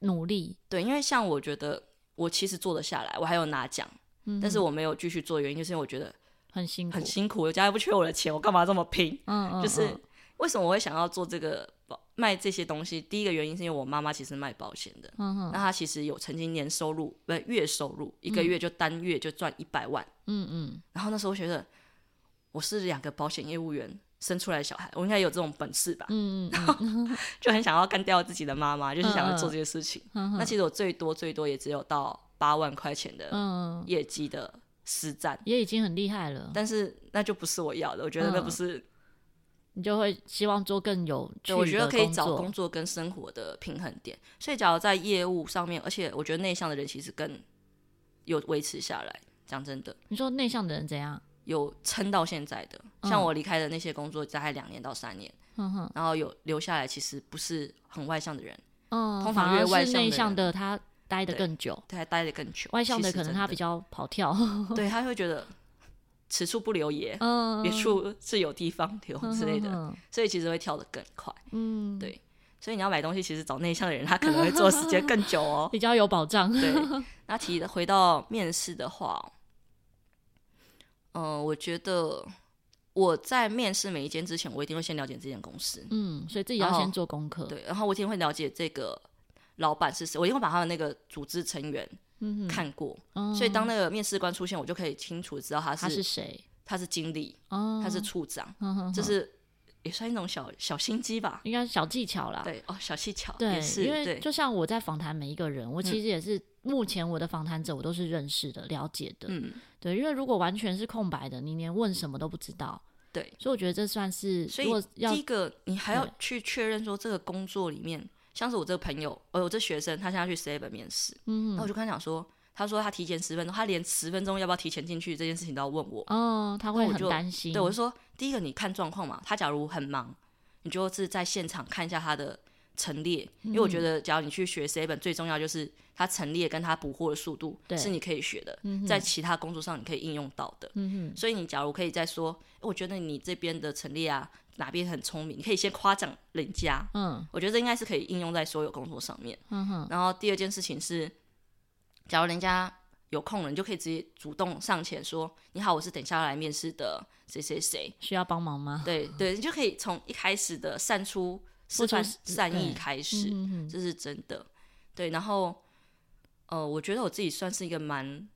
A: 努力，
B: 对，因为像我觉得我其实做得下来，我还有拿奖，
A: 嗯
B: 但是我没有继续做，原因就是因为我觉得
A: 很辛苦，
B: 很辛苦，我家又不缺我的钱，我干嘛这么拼？
A: 嗯嗯，
B: 就是
A: 嗯
B: 为什么我会想要做这个保卖这些东西？第一个原因是因为我妈妈其实卖保险的，
A: 嗯
B: 那
A: 哼
B: 她其实有曾经年收入不是月收入，一个月就单月就赚一百万。
A: 嗯嗯，
B: 然后那时候我觉得我是两个保险业务员生出来的小孩，我应该有这种本事吧？
A: 嗯嗯
B: 就很想要干掉自己的妈妈，就是想要
A: 嗯
B: 做
A: 嗯
B: 这些事情。
A: 嗯
B: 那其实我最多最多也只有到八万块钱的
A: 嗯，
B: 业绩的实战，
A: 也已经很厉害了，
B: 但是那就不是我要的，我觉得那
A: 嗯
B: 不是
A: 你就会希望做更有趣
B: 对，
A: 的
B: 我觉得可以
A: 工
B: 找
A: 作
B: 工作跟生活的平衡点。所以，假如在业务上面，而且我觉得内向的人其实更有维持下来。讲真的，
A: 你说内向的人怎样？
B: 有撑到现在的，
A: 嗯
B: 像我离开的那些工作，大概两年到三年，
A: 嗯哼，
B: 然后有留下来，其实不是很外向的人，
A: 嗯，
B: 通常
A: 反
B: 越
A: 而
B: 外
A: 是
B: 向的
A: 内
B: 人
A: 向的他待的
B: 对
A: 更久，
B: 他还待得更久。
A: 外向
B: 其
A: 的
B: 实
A: 可能
B: 真
A: 他
B: 的
A: 比较跑 跳，
B: 对，他会觉得此处不留爷，
A: 嗯，
B: 别处自有地方留之类的，
A: 嗯，
B: 所以其实会跳得更快。
A: 嗯，
B: 对所以你要买东西，其实找内向的人，他可能会做的时间更 久哦。
A: 比较有保障，
B: 对，那提的回到面试的话，嗯、我觉得我在面试每一间之前，我一定会先了解这间公司，
A: 嗯，所以自己要
B: 然后
A: 先做功课，
B: 对，然后我一定会了解这个老板是谁，我一定会把他的那个组织成员
A: 嗯哼，
B: 看过，
A: 嗯
B: 所以当那个面试官出现，我就可以清楚知道他是
A: 他是谁？
B: 他是经理，
A: 哦，
B: 他是处长，
A: 嗯哼，
B: 这
A: 哼
B: 是也算一种小小心机吧。
A: 应该是小技巧啦，
B: 对哦，小技巧
A: 对，
B: 也是
A: 因
B: 对嗯
A: 为，就像我在访谈每一个人，我其实也是、目前我的访谈者我都是认识的、了解的，
B: 嗯，
A: 对，因为如果完全是空白的，你连问什么都不知道，
B: 对，
A: 所以我觉得这算是，
B: 所
A: 如果
B: 以
A: 要
B: 第一个你还要
A: 对
B: 去确认说这个工作里面，像是我这个朋友，呃，我这学生他现在去 seven 面试，
A: 嗯
B: 那、我就跟他讲说，他说他提前十分钟，他连十分钟要不要提前进去这件事情都要问我。
A: 哦，他会
B: 那我
A: 很
B: 就
A: 担心，
B: 对，我就说第一个你看状况嘛，他假如很忙，你就是在现场看一下他的陈列，因为我觉
A: 嗯
B: 得假如你去学 seven 最重要就是他陈列跟他补货的速度
A: 对
B: 是你可以学的，
A: 嗯
B: 在
A: 哼
B: 其他工作上你可以应用到的。
A: 嗯
B: 所以你假如可以再说，诶我觉得你这边的陈列啊，哪边很聪明，你可以先夸奖人家。
A: 哼嗯
B: 我觉得这应该是可以应用在所有工作上面。
A: 嗯哼
B: 然后第二件事情是，假如人家有空了，你就可以直接主动上前说：“你好，我是等一下要来面试的谁谁谁。
A: 需要帮忙吗？
B: 对”对你就可以从一开始的散出示
A: 付出
B: 范
A: 对
B: 善意开始，
A: 嗯哼哼
B: 这是真的。对，然后呃，我觉得我自己算是一个蛮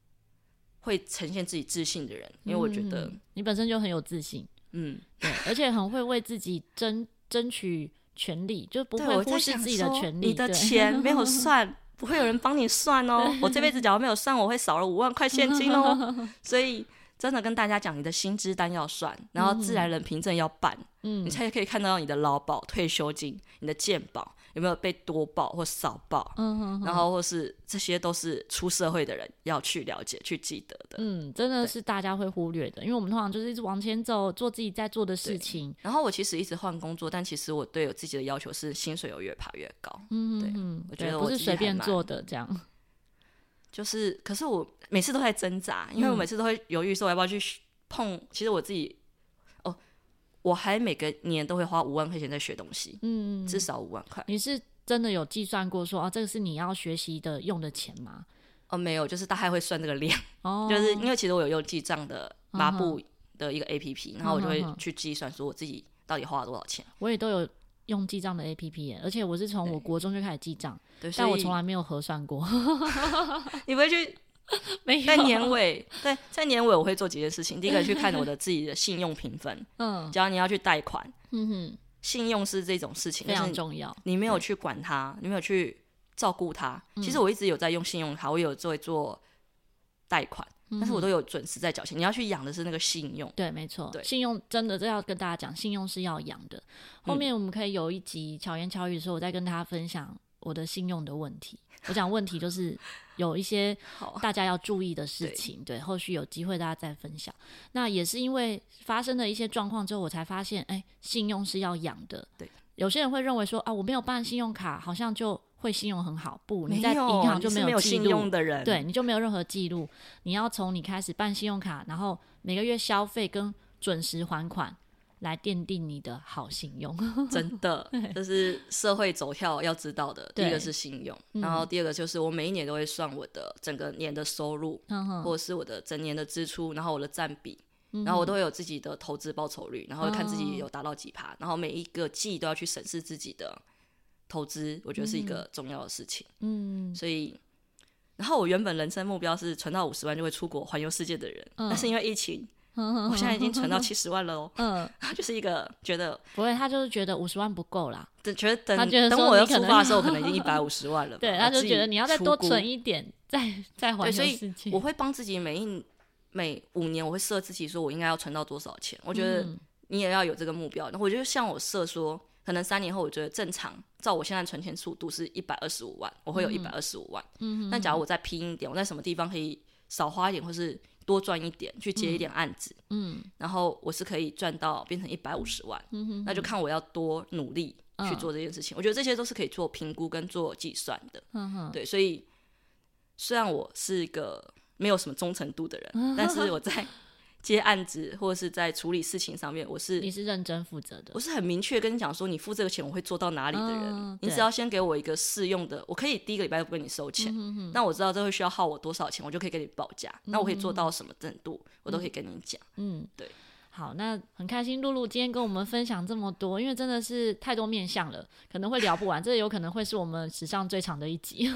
B: 会呈现自己自信的人，因为我觉得
A: 嗯你本身就很有自信，
B: 嗯
A: 对，而且很会为自己争争取权利，就不
B: 对，
A: 会
B: 我在
A: 忽视
B: 想
A: 自己的
B: 说
A: 权利，
B: 你的
A: 对
B: 钱 没有算，不会有人帮你算哦。 我这辈子假如没有算，我会少了五万块现金 哦。所以真的跟大家讲，你的薪资单要算，然后自然人凭证要办，
A: 嗯
B: 你才可以看到你的劳保、退休金、你的健保有没有被多报或少报，
A: 嗯哼哼
B: 然后或是这些都是出社会的人要去了解、去记得的。
A: 嗯，真的
B: 对
A: 是大家会忽略的，因为我们通常就是一直往前走，做自己在做的事
B: 对
A: 情。
B: 然后我其实一直换工作，但其实我对我自己的要求是薪水有越爬越高。
A: 嗯
B: 对
A: 嗯，
B: 我
A: 对
B: 觉得
A: 不
B: 我
A: 是
B: 自己
A: 随
B: 还
A: 便
B: 蛮
A: 做的这样。
B: 就是，可是我每次都在挣扎，因为
A: 嗯
B: 我每次都会犹豫说我要不要去学碰。其实我自己，哦，我还每个年都会花五万块钱在学东西，
A: 嗯，
B: 至少五万块。
A: 你是真的有计算过说啊，这个是你要学习的用的钱吗？
B: 哦，没有，就是大概会算这个量，
A: 哦，
B: 就是因为其实我有用记账的麻
A: 嗯哼
B: 布的一个 A P P，、然后我就
A: 嗯哼
B: 会
A: 哼
B: 去计算说我自己到底花了多少钱。
A: 我也都有用记账的 A P P，而且我是从我
B: 对
A: 国中就开始记账，
B: 对，所
A: 但
B: 以
A: 我从来没有核算过，
B: 你不会去
A: 没有。
B: 在年 尾，对，在年尾我会做几件事情。第一个去看我的自己的信用评分，
A: 嗯
B: 只要你要去贷款，
A: 嗯哼，
B: 信用是这种事情，
A: 非
B: 就是
A: 常
B: 你
A: 重要。
B: 你没有去管他，你没有去照顾他。
A: 嗯
B: 其实我一直有在用信用卡，我有做做贷款，
A: 嗯
B: 但是我都有准时在缴钱。你要去养的是那个信用，
A: 对，没错，
B: 对
A: 信用真的这要跟大家讲，信用是要养的。后
B: 嗯
A: 面我们可以有一集巧言巧语的时候，我再跟大家分享我的信用的问题。我讲问题 就是有一些
B: 好
A: 大家要注意的事
B: 对
A: 情，对，后续有机会大家再分享。那也是因为发生了一些状况之后，我才发现，哎，信用是要养的。
B: 对，
A: 有些人会认为说啊，我没有办信用卡，好像就会信用很好，不，你在银
B: 有
A: 行
B: 你
A: 就是没
B: 没
A: 有记
B: 信
A: 录，
B: 用的人，
A: 对，你就没有任何记录。你要从你开始办信用卡，然后每个月消费跟准时还款，来奠定你的好信用。
B: 真的，这是社会走跳要知道的。第一
A: 对
B: 个是信用，
A: 嗯
B: 然后第二个就是我每一年都会算我的整个年的收入，
A: 嗯哼
B: 或者是我的整年的支出，然后我的占比，
A: 嗯哼
B: 然后我都会有自己的投资报酬率，然后会看自己
A: 哦
B: 有达到几趴，然后每一个季都要去审视自己的投资，我觉得是一个重要的事情。
A: 嗯
B: 所以，然后我原本人生目标是存到五十万就会出国环游世界的人，
A: 嗯
B: 但是因为疫情，
A: 嗯，
B: 我
A: 我。
B: 现在已经存到七十万了哦
A: 嗯，
B: 就是一个觉得
A: 不会，他就是觉得五十万不够啦，
B: 等觉得
A: 他
B: 等
A: 觉得
B: 等
A: 说
B: 我要
A: 你可
B: 出
A: 能
B: 发的时候，可能已经一百五十万了吧。
A: 对，他就
B: 啊自己
A: 觉得你要再多
B: 出估
A: 存一点，再再环
B: 对，所
A: 游
B: 以
A: 世界。
B: 我会帮自己每一每五年，我会设自己说我应该要存到多少钱。我觉得
A: 嗯
B: 你也要有这个目标。然后我就像我设说，可能三年后，我觉得正常照我现在存钱速度是一百二十五万，我会有一百二十五万。
A: 嗯
B: 但假如我再拼一点，我在什么地方可以少花一点，或是多赚一点，去接一点案子，
A: 嗯
B: 然后我是可以赚到变成一百五十万。
A: 嗯哼，嗯
B: 那就看我要多努力去做这件事情。我觉得这些都是可以做评估跟做计算的。
A: 嗯哼，
B: 对，所以虽然我是一个没有什么忠诚度的 人，但是我在接案子或者是在处理事情上面，我
A: 你
B: 是
A: 是认真负责的
B: 我。是很明确跟你讲说，你付这个钱我会做到哪里的人。
A: 嗯
B: 你只
A: 对嗯
B: 要先给我一个试用的，我可以第一个礼拜不跟你收钱，那我知道这会需要耗我多少钱，我就可以给你报价。那我可以做到什么程度，我都可以跟你讲。
A: 嗯，
B: 对。
A: 好，那很开心露露今天跟我们分享这么多，因为真的是太多面向了，可能会聊不完，这有可能会是我们史上最长的一 集。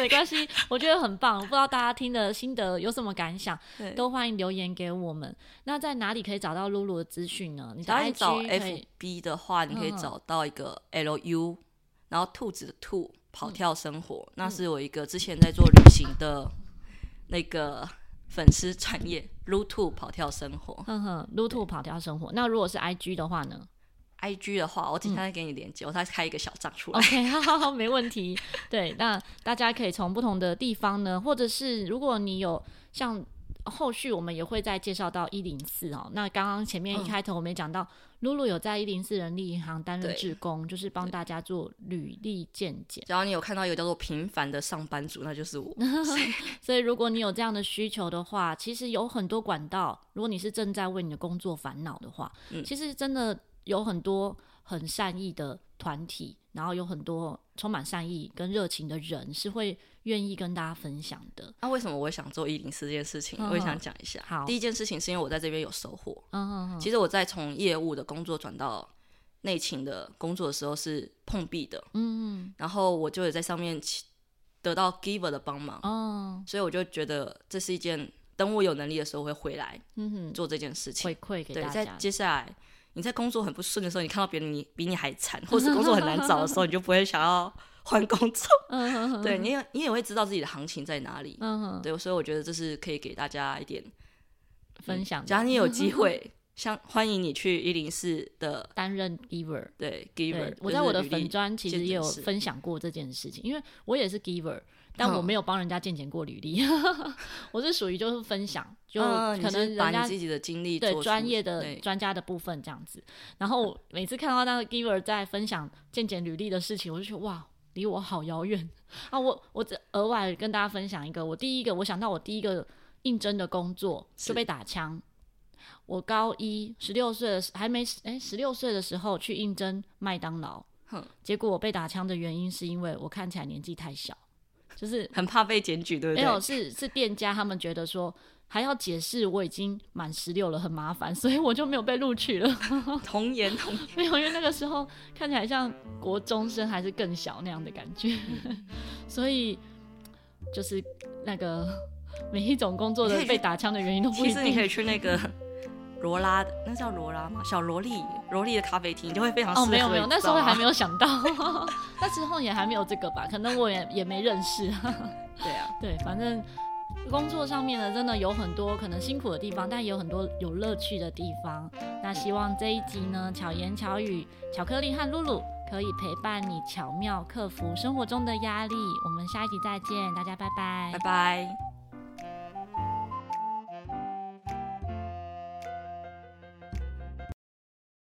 A: 没关系，我觉得很棒。不知道大家听的心得有什么感想，
B: 对
A: 都欢迎留言给我们。那在哪里可以找到露露的资讯呢？你的
B: 然后你
A: IG
B: 找
A: 可以
B: FB 的话，你可以
A: 嗯嗯
B: 找到一个 LU，然后兔子的兔跑跳生活，
A: 嗯
B: 那是我一个之前在做旅行的那个粉丝专业撸兔跑跳生活。
A: 哼哼，露兔跑调生活。那如果是 IG 的话呢
B: IG 的话，我等一下再给你连
A: 嗯
B: 接，我再开一个小账出来。
A: ？OK，好好好，没问题。对，那大家可以从不同的地方呢，或者是如果你有像后续我们也会再介绍到一零四哦。那刚刚前面
B: 嗯
A: 一开头我们也讲到，露露有在一零四人力银行担任
B: 对
A: 志工，就是帮大家做履历鉴检。
B: 只要你有看到一个叫做“平凡的上班族”，那就是我。
A: 嗯所以，如果你有这样的需求的话，其实有很多管道。如果你是正在为你的工作烦恼的话，
B: 嗯
A: 其实真的有很多很善意的团体，然后有很多充满善意跟热情的人，是会愿意跟大家分享的。
B: 那为什么我想做一零四这件事情？
A: 嗯
B: 我也想讲一下。
A: 好
B: 第一件事情是因为我在这边有收获，
A: 嗯嗯
B: 其实我在从业务的工作转到内勤的工作的时候是碰壁的，
A: 嗯
B: 然后我就也在上面起得到 Giver 的帮忙，
A: 嗯哦
B: 所以我就觉得这是一件等我有能力的时候我会回来
A: 嗯哼，
B: 做这件事情
A: 回。馈给
B: 对，
A: 大
B: 在
A: 家。
B: 接下来你在工作很不顺的时候，你看到别人你比你还惨，或是工作很难找的时 候，你就不会想要换工作。
A: 嗯嗯
B: 对，你也你也会知道自己的行情在哪里。
A: 嗯哼，
B: 对，所以我觉得这是可以给大家一点
A: 嗯分享
B: 只要你有机会，像欢迎你去一零四的
A: 担任 giver。
B: 对 Giver，
A: 对，我
B: 就
A: 在
B: 是
A: 我的
B: 履
A: 粉
B: 历
A: 砖其实
B: 鉴
A: 也
B: 定
A: 有
B: 师
A: 分享过这件事情，因为我也是 giver，但我
B: 嗯
A: 没有帮人家鉴检过履历， 我是属于就是分享，就
B: 嗯
A: 可
B: 你是
A: 能人
B: 把
A: 家
B: 你自己的经历
A: 对
B: 做
A: 专
B: 出
A: 业的
B: 对嗯
A: 专家的部分这样子。然后我每次看到那个 giver 在分享鉴检履历的事情，我就觉得哇。离我好遥远啊！我我这额外跟大家分享一个，我第一个我想到我第一个应征的工作
B: 是
A: 就被打枪。我高一十六岁的时还没哎十六岁的时候去应征麦当劳，
B: 哼
A: 结果我被打枪的原因是因为我看起来年纪太小，就是
B: 很怕被检举，对不
A: 没
B: 对？
A: 有是是店家他们觉得说还要解释我已经满十六了，很麻烦， 所以我就没有被录取了。
B: 童言童语
A: 没有，因为那个时候看起来像国中生还是更小那样的感觉，
B: 嗯
A: 所以就是那个每一种工作
B: 你
A: 的
B: 可以去
A: 被打枪的原因都不
B: 其
A: 一
B: 实你可
A: 定。
B: 以去那 个罗拉的，那叫罗拉吗？小萝莉，萝莉的咖啡厅你就会非常适
A: 哦，
B: 合。
A: 没有没有，
B: 你
A: 那
B: 知
A: 时候
B: 道吗啊
A: 还没有想到， 那时候也还没有这个吧，可能我也也没认识。
B: 对啊，
A: 对，反正工作上面呢，真的有很多可能辛苦的地方，但也有很多有乐趣的地方。那希望这一集呢，巧言巧语、巧克力和露露可以陪伴你巧妙克服生活中的压力。我们下一集再见，大家拜拜
B: 拜拜。